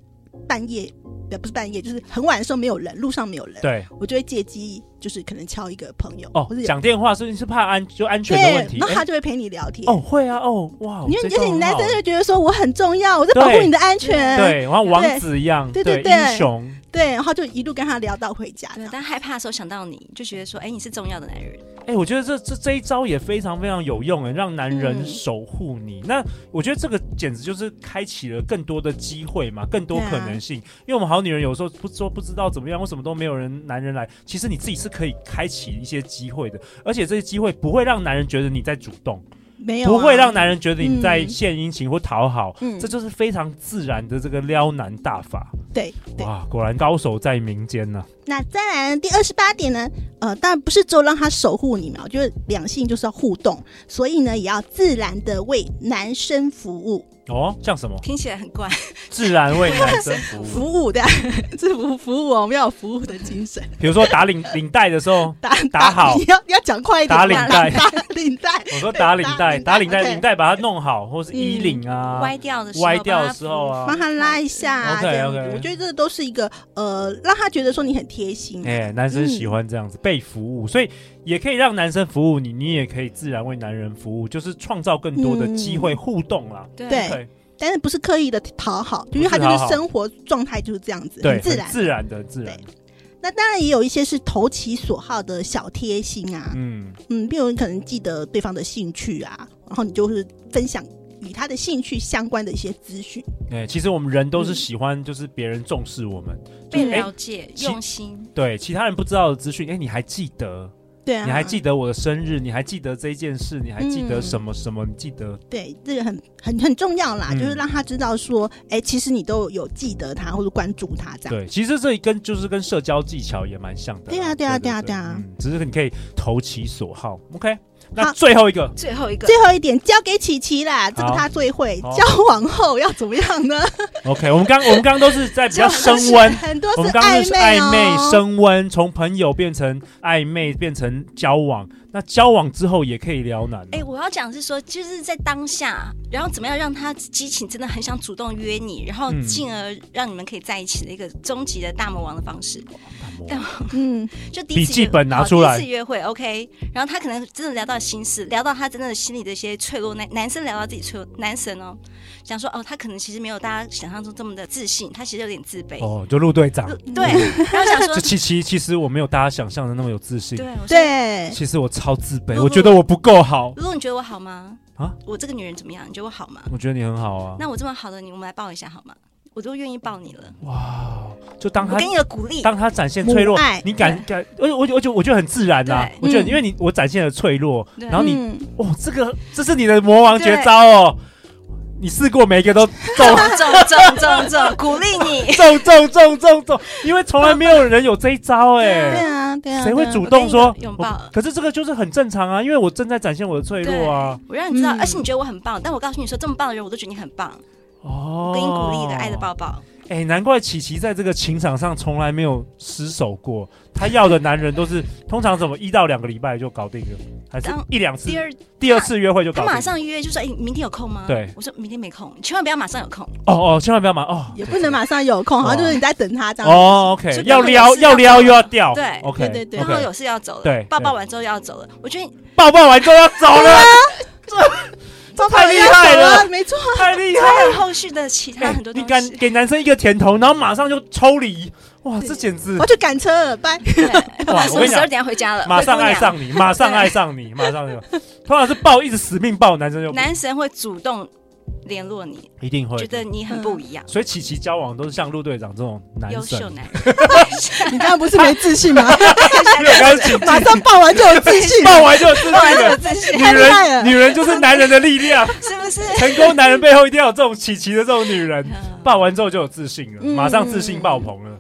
Speaker 3: 半夜。呃，不是半夜，就是很晚的时候没有人，路上没有人，
Speaker 2: 对
Speaker 3: 我就会借机就是可能敲一个朋友，
Speaker 2: 哦
Speaker 3: 或者，有
Speaker 2: 讲电话是是怕安就安全的问
Speaker 3: 对，
Speaker 2: 题。
Speaker 3: 然后
Speaker 2: 哎
Speaker 3: 他就会陪你聊天。
Speaker 2: 哦，会啊，哦，哇，
Speaker 3: 因为
Speaker 2: 这
Speaker 3: 而且
Speaker 2: 招
Speaker 3: 你
Speaker 2: 很
Speaker 3: 男
Speaker 2: 好
Speaker 3: 生就觉得说我很重要，我在保护
Speaker 2: 对
Speaker 3: 你的安全，
Speaker 2: 对，然后王
Speaker 3: 对
Speaker 2: 子一样，
Speaker 3: 对对
Speaker 2: 英
Speaker 3: 对
Speaker 2: 雄，
Speaker 3: 对然后就一路跟他聊到回家。这
Speaker 4: 对，
Speaker 3: 样
Speaker 4: 但害怕的时候想到你，就觉得说，哎，你是重要的男人。
Speaker 2: 哎、我觉得这这这一招也非常非常有用哎，让男人
Speaker 4: 嗯
Speaker 2: 守护你。那我觉得这个简直就是开启了更多的机会嘛，更多
Speaker 3: 对啊
Speaker 2: 可能性。因为我们好女人有时候不说不知道怎么样，为什么都没有人男人来，其实你自己是可以开启一些机会的，而且这些机会不会让男人觉得你在主动，
Speaker 3: 没有、啊、
Speaker 2: 不会让男人觉得你在
Speaker 3: 嗯
Speaker 2: 献殷勤或讨好，
Speaker 3: 嗯
Speaker 2: 这就是非常自然的这个撩男大法。
Speaker 3: 对对。
Speaker 2: 哇，果然高手在民间呐、
Speaker 3: 那再来第二十八点呢？呃，当然不是只有让他守护你嘛，我觉得两性就是要互动，所以呢，也要自然的为男生服务，
Speaker 2: 哦，像 什么
Speaker 4: 听起来很怪，
Speaker 2: 自然为男生服务。
Speaker 3: 服务的 这服服务哦，我们要有服务的 精神。
Speaker 2: 比如说打领领带的时候，
Speaker 3: 打
Speaker 2: 打好
Speaker 3: 你要你要讲快一点，
Speaker 2: 打领带
Speaker 3: 打打领带，
Speaker 2: 我说打领带，
Speaker 3: 对
Speaker 2: 打
Speaker 3: 打
Speaker 2: 领
Speaker 3: 领带
Speaker 2: 带，
Speaker 3: OK 嗯
Speaker 2: 领带把它弄好，或是衣领啊，
Speaker 4: 歪掉的时候，
Speaker 2: 歪掉的时候啊
Speaker 3: 帮，他拉一下、啊
Speaker 2: OK，
Speaker 3: 这样
Speaker 2: OK
Speaker 3: 子。我觉得这都是一个呃，让他觉得说你很贴心、啊
Speaker 2: 哎、男生喜欢这样
Speaker 3: 嗯
Speaker 2: 子被服务，所以也可以让男生服务你，你也可以自然为男人服务，就是创造更多的机会互动啦。
Speaker 3: 嗯
Speaker 4: 对
Speaker 3: 对
Speaker 2: OK，
Speaker 3: 但是不是刻意的讨好，因为他
Speaker 2: 不
Speaker 3: 就
Speaker 2: 讨
Speaker 3: 是是
Speaker 2: 好
Speaker 3: 生活状态就是这样子，
Speaker 2: 对，
Speaker 3: 很自然
Speaker 2: 很。自然的，自然的，
Speaker 3: 那当然也有一些是投其所好的小贴心啊，
Speaker 2: 嗯，
Speaker 3: 嗯，比如你可能记得对方的兴趣啊，然后你就是分享与他的兴趣相关的一些资讯。
Speaker 2: 哎、其实我们人都是喜欢，就是别人重视我们，
Speaker 4: 被
Speaker 2: 哎
Speaker 4: 了解，
Speaker 2: 其
Speaker 4: 用心。
Speaker 2: 对其他人不知道的资讯，哎、你还记得，
Speaker 3: 对啊，
Speaker 2: 你还记得我的生日，你还记得这件事，你还记得
Speaker 3: 嗯
Speaker 2: 什么什么，你记得
Speaker 3: 对这个很很很重要啦，
Speaker 2: 嗯
Speaker 3: 就是让他知道说，哎、其实你都有记得他或者关注他这样。
Speaker 2: 对，其实这跟就是跟社交技巧也蛮像的啦。
Speaker 3: 对啊对啊对啊对啊
Speaker 2: 嗯只是你可以投其所好。OK，那
Speaker 3: 好
Speaker 2: 最后一个，
Speaker 4: 最后一个
Speaker 3: 最后一点交给琪琪啦，这个
Speaker 2: 好
Speaker 3: 他最会
Speaker 2: 好。
Speaker 3: 交往后要怎么样呢？
Speaker 2: OK，我们刚我们刚刚都是在比 较升
Speaker 3: 就是
Speaker 2: 温，
Speaker 3: 很多
Speaker 2: 我
Speaker 3: 是
Speaker 2: 们刚刚是暧
Speaker 3: 暧
Speaker 2: 昧、
Speaker 3: 哦。
Speaker 2: 升温，从朋友变成暧昧，变成交往。那交往之后也可以撩男、
Speaker 4: 哎、我要讲的是说，就是在当下，然后怎么样让他激情真的很想主动约你，然后
Speaker 2: 嗯
Speaker 4: 进而让你们可以在一起的一个终极的大魔王的方式。
Speaker 3: 嗯，
Speaker 4: 就第一次
Speaker 2: 笔
Speaker 4: 约
Speaker 2: 记本拿出来
Speaker 4: 好第一次约会，OK。然后他可能真的聊到心事，聊到他真的心里的一些脆弱，男男生聊到自己脆弱，男生哦，想说哦，他可能其实没有大家想象中这么的自信，他其实有点自卑。
Speaker 2: 哦，就陆队长，
Speaker 4: 对，然后 想
Speaker 2: 这
Speaker 4: 说，
Speaker 2: 七七其实我没有大家想象的那么有自信
Speaker 4: 对，，我说，
Speaker 3: 对，
Speaker 2: 其实我超自卑，
Speaker 4: 不
Speaker 2: 我觉得我不够好。
Speaker 4: 如果你觉得我好吗？
Speaker 2: 啊
Speaker 4: 啊，我这个女人怎么样？你觉得我好吗？
Speaker 2: 我觉得你很好啊，
Speaker 4: 那我这么好的你，我们来抱一下好吗？我都愿意抱你了，
Speaker 2: 就当
Speaker 4: 我
Speaker 2: 他
Speaker 4: 给你个鼓励。
Speaker 2: 当他展现脆弱
Speaker 3: 母爱，
Speaker 2: 你感感，而且我我就我觉得很自然呐、
Speaker 4: 对
Speaker 2: 我觉得
Speaker 3: 嗯
Speaker 2: 因为你我展现了脆弱，
Speaker 4: 对
Speaker 2: 然后你
Speaker 3: 嗯
Speaker 2: 哦，这个这是你的魔王绝招哦，你试过每一个都中
Speaker 4: 中中中中，鼓励 你。
Speaker 2: 中中中中中，因为从来没有人有这一招哎、
Speaker 3: 对啊，对啊，
Speaker 2: 谁会
Speaker 3: 对啊
Speaker 2: 主动说
Speaker 4: 我跟你拥抱
Speaker 2: 我可是这个就是很正常啊，因为我正在展现我的脆弱啊。
Speaker 4: 我让你知道，
Speaker 3: 嗯
Speaker 4: 而且你觉得我很棒，但我告诉你说，这么棒的人，我都觉得你很棒，
Speaker 2: 哦
Speaker 4: 我给你鼓励的爱的。抱抱。
Speaker 2: 哎、难怪琪琪在这个情场上从来没有失手过，她要的男人都是通常怎么一到两个礼拜就搞定了，还是
Speaker 4: 当
Speaker 2: 一两次，
Speaker 4: 第二，
Speaker 2: 第二次约会就搞
Speaker 4: 他
Speaker 2: 定。
Speaker 4: 马上约就说：“哎、你明天有空吗？”
Speaker 2: 对
Speaker 4: 我说明天没空，你千万不要马上有空。
Speaker 2: 哦哦，千万不要马哦
Speaker 3: 也不能马上有空，好像就是你在等他这样。
Speaker 2: 哦
Speaker 4: 就
Speaker 2: ，OK，
Speaker 4: 根本
Speaker 2: 要撩
Speaker 4: 有事
Speaker 2: 要
Speaker 4: 要
Speaker 2: 撩
Speaker 4: 做
Speaker 2: 又要掉，
Speaker 4: 对
Speaker 2: ，OK，
Speaker 3: 对对
Speaker 4: 刚好
Speaker 2: OK
Speaker 4: 有事要走了，
Speaker 2: 对
Speaker 4: 抱抱
Speaker 2: 对
Speaker 4: 完之后要走了。我觉得
Speaker 2: 抱抱完之后要走
Speaker 4: 啊
Speaker 2: 了，哦
Speaker 3: 爸爸
Speaker 2: 太厉害
Speaker 3: 要走
Speaker 2: 了，
Speaker 3: 没错，
Speaker 2: 太厉害了。
Speaker 4: 还有后续的其他
Speaker 2: 哎
Speaker 4: 啊很多
Speaker 2: 你
Speaker 4: 东
Speaker 2: 敢
Speaker 4: 西。
Speaker 2: 给男生一个甜头，然后马上就抽离，哇，
Speaker 3: 对
Speaker 2: 这简直
Speaker 3: 我要去赶车了，拜。
Speaker 4: 对，
Speaker 2: 哇
Speaker 4: 我
Speaker 2: 我跟你
Speaker 4: 十二
Speaker 2: 讲
Speaker 4: 点要回家了，
Speaker 2: 马上
Speaker 4: 呃灰姑
Speaker 2: 爱
Speaker 4: 娘
Speaker 2: 上你，马上爱上 你，马上就。通常是抱，一直死命抱，男生就不
Speaker 4: 男神会主动联络你，
Speaker 2: 一定会
Speaker 4: 觉。得你很不一样，
Speaker 2: 所以琪琪交往都是像陆队长这种男
Speaker 4: 优秀
Speaker 2: 生，
Speaker 4: 男。
Speaker 3: 你刚刚不是没自信 吗？
Speaker 2: 因为刚刚琪
Speaker 3: 马上抱完就有自信，
Speaker 2: 抱完就 知道
Speaker 4: 哇，这
Speaker 2: 了
Speaker 4: 么。自信
Speaker 2: 女
Speaker 3: 太厉害
Speaker 2: 人，
Speaker 3: 了
Speaker 2: 女人就是男人的力量。
Speaker 4: 是不是？
Speaker 2: 成功男人背后一定要有这种琪琪的这种女人，
Speaker 4: 嗯
Speaker 2: 抱完之后就有自信了，
Speaker 3: 嗯
Speaker 2: 马上自信爆棚了。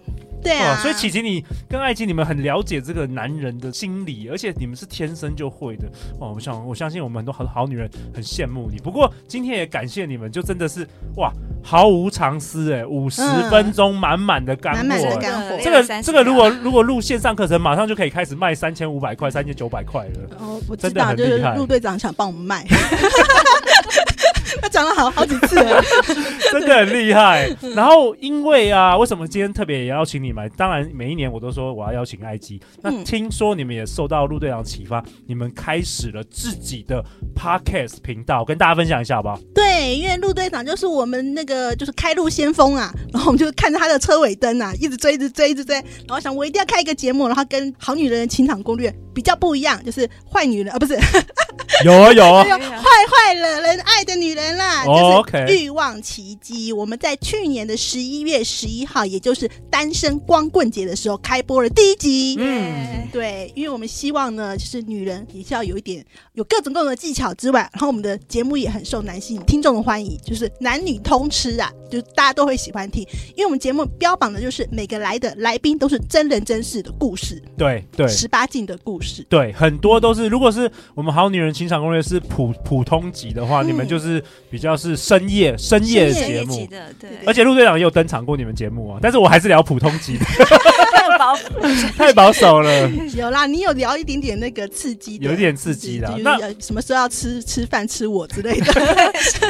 Speaker 3: 对啊
Speaker 2: 哇，哦所以琪琪，你跟艾琪，你们很了解这个男人的心理，而且你们是天生就会的。哇，我想我相信我们很多好好女人很羡慕你。不过今天也感谢你们，就真的是哇，毫无常思哎、五十
Speaker 3: 嗯
Speaker 2: 分钟满满的干货、
Speaker 3: 满满的
Speaker 2: 哎
Speaker 3: 干货
Speaker 4: 真。
Speaker 2: 这个
Speaker 4: 30
Speaker 2: 这个如果如果录线上课程，马上就可以开始卖三千五百块、三千九百块了。
Speaker 3: 哦，我知
Speaker 2: 真的
Speaker 3: 道，
Speaker 2: 很
Speaker 3: 就是
Speaker 2: 厉害
Speaker 3: 陆队长想帮我们卖， 他讲了好好几次了。
Speaker 2: 真的很厉害。然后因为啊，为什么今天特别也邀请你们？当然每一年我都说我要邀请埃及。那
Speaker 3: 嗯
Speaker 2: 听说你们也受到陆队长启发，你们开始了自己的 podcast 频道，跟大家分享一下好不好？
Speaker 3: 对，因为陆队长就是我们那个就是开路先锋啊，然后我们就看着他的车尾灯啊，一直追，一直追，一直追，然后想我一定要开一个节目，然后跟《好女人的情场攻略》比较不一样，就是坏女人啊，不
Speaker 2: 哦
Speaker 3: 是坏
Speaker 2: 有啊有啊
Speaker 4: 对啊
Speaker 3: 坏惹人爱的女人啦，
Speaker 2: 哦
Speaker 3: 就是
Speaker 2: OK
Speaker 3: 《欲望奇迹》。我们在去年的十一月十一号，也就是单身光棍节的时候开播了第一集。
Speaker 4: 哎
Speaker 2: 嗯，
Speaker 3: 对，因为我们希望呢，就是女人也是要有一点有各种各样的技巧之外，然后我们的节目也很受男性听众的欢迎，就是男女通吃啊，就是大家都会喜欢听，因为我们节目标榜的就是每个来的来宾都是真人真事的故事，
Speaker 2: 对对。
Speaker 3: 十八禁的故事。
Speaker 2: 对，很多都是，如果是我们好女人情场攻略是普普通级的话，
Speaker 3: 嗯
Speaker 2: 你们就是比较是深夜深夜的
Speaker 3: 深
Speaker 2: 节
Speaker 4: 业
Speaker 2: 目
Speaker 4: 绩，的，哎对，
Speaker 2: 而且陆队长也有登场过你们节目啊，但是我还是聊普通级的，
Speaker 4: 他有包 袱，
Speaker 2: 太保守了。
Speaker 3: 有啦，你有聊一点点那个刺激的，
Speaker 2: 有一点刺激啦
Speaker 3: 就是
Speaker 2: 那
Speaker 3: 有什么时候要吃吃饭吃我之类的，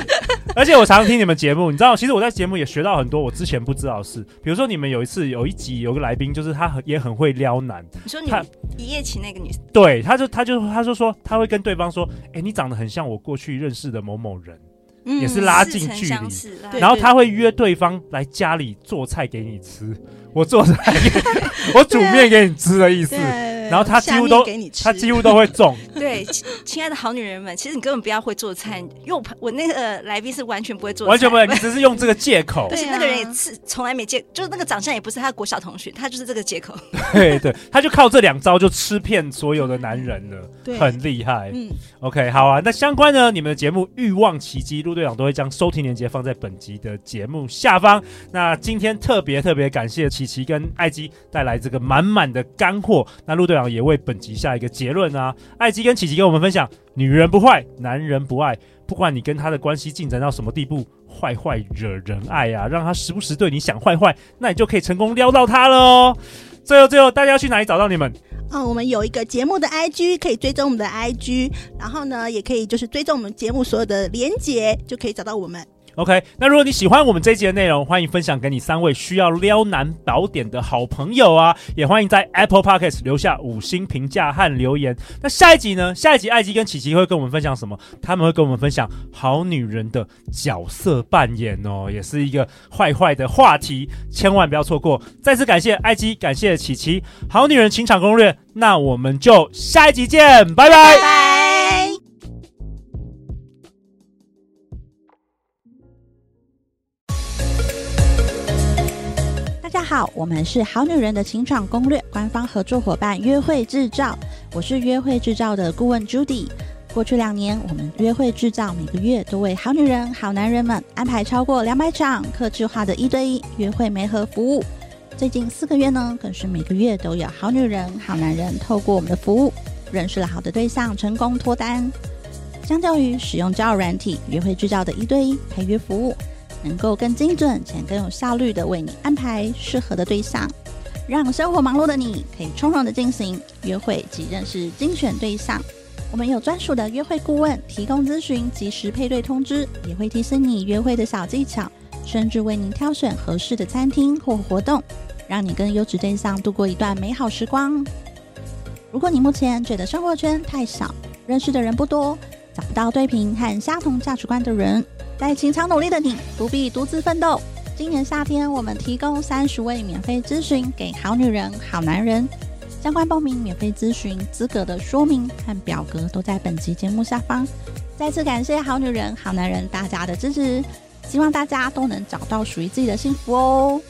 Speaker 2: 而且我常听你们节目，你知道，其实我在节目也学到很多我之前不知道的事。比如说，你们有一次有一集有个来宾，就是他很也很会撩男，
Speaker 4: 你说女
Speaker 2: 他
Speaker 4: 一夜情那个女生，
Speaker 2: 对，他就他就他就说他会跟对方说，哎、你长得很像我过去认识的某某人，
Speaker 3: 嗯
Speaker 2: 也是拉
Speaker 4: 似
Speaker 2: 近
Speaker 4: 曾
Speaker 2: 距
Speaker 4: 相
Speaker 2: 离
Speaker 4: 识啦
Speaker 3: 对
Speaker 2: 然后他会约对方来家里做菜给你吃，我做 菜给你，我煮面给你吃的意思
Speaker 3: 对，。啊
Speaker 2: 然
Speaker 3: 然
Speaker 2: 后他几乎都
Speaker 3: 给你吃，
Speaker 2: 他几乎都会中，
Speaker 4: 对，亲亲爱的好女人们，其实你根本不要会做
Speaker 2: 嗯
Speaker 4: 菜，因为我朋我那个来宾是完全不会做菜，
Speaker 2: 完全不会，你只是用这个借口
Speaker 4: 而。
Speaker 3: 对
Speaker 4: 且
Speaker 3: 啊
Speaker 4: 那个人也是从来没见，就是那个长相也不是他的国小同学，他就是这个借口。
Speaker 2: 对对，他就靠这两招就吃遍所有的男人了，
Speaker 3: 对
Speaker 2: 很厉害。
Speaker 3: 嗯，
Speaker 2: OK，好啊，那相关呢，你们的节目《欲望奇迹》，陆队长都会将收听链接放在本集的节目下方。那今天特别特别感谢琪琪跟艾姬带来这个满满的干货。那陆队长朗也为本集下一个结论啊。艾姬跟琪琪跟我们分享，女人不坏，男人不爱，不管你跟他的关系进展到什么地步，坏坏惹人爱啊，让他时不时对你想坏坏，那你就可以成功撩到他了哦。最后最后，大家要去哪里找到你们？
Speaker 5: 啊、我们有一个节目的 IG 可以追踪我们的 IG，然后呢，也可以就是追踪我们节目所有的连接，就可以找到我们。
Speaker 2: OK，那如果你喜欢我们这一集的内容，欢迎分享给你三位需要撩男宝典的好朋友啊！也欢迎在 Apple Podcast 留下五星评价和留言。那下一集呢？下一集艾姬跟琪琪会跟我们分享什么？他们会跟我们分享好女人的角色扮演哦，也是一个坏坏的话题，千万不要错过。再次感谢艾姬，感谢琪琪，《好女人情场攻略》，那我们就下一集见，拜拜
Speaker 5: 拜。
Speaker 3: 大家好，我们是好女人的情场攻略官方合作伙伴约会制造，我是约会制造的顾问 Judy。过去两年，我们约会制造每个月都为好女人、好男人们安排超过两百场客制化的一对一约会媒合服务。最近四个月呢，更是每个月都有好女人、好男人透过我们的服务，认识了好的对象，成功脱单。相较于使用交友软体，约会制造的一对一陪约服务，能够更精准且更有效率的为你安排适合的对象，让生活忙碌的你可以从容的进行约会及认识精选对象。我们有专属的约会顾问提供咨询，及时配对通知，也会提醒你约会的小技巧，甚至为您挑选合适的餐厅或活动，让你跟优质对象度过一段美好时光。如果你目前觉得生活圈太小，认识的人不多，找不到对频和相同价值观的人，在情场努力的你，不必独自奋斗。今年夏天，我们提供三十位免费咨询给好女人、好男人。相关报名、免费咨询资格的说明和表格都在本集节目下方。再次感谢好女人、好男人大家的支持，希望大家都能找到属于自己的幸福哦。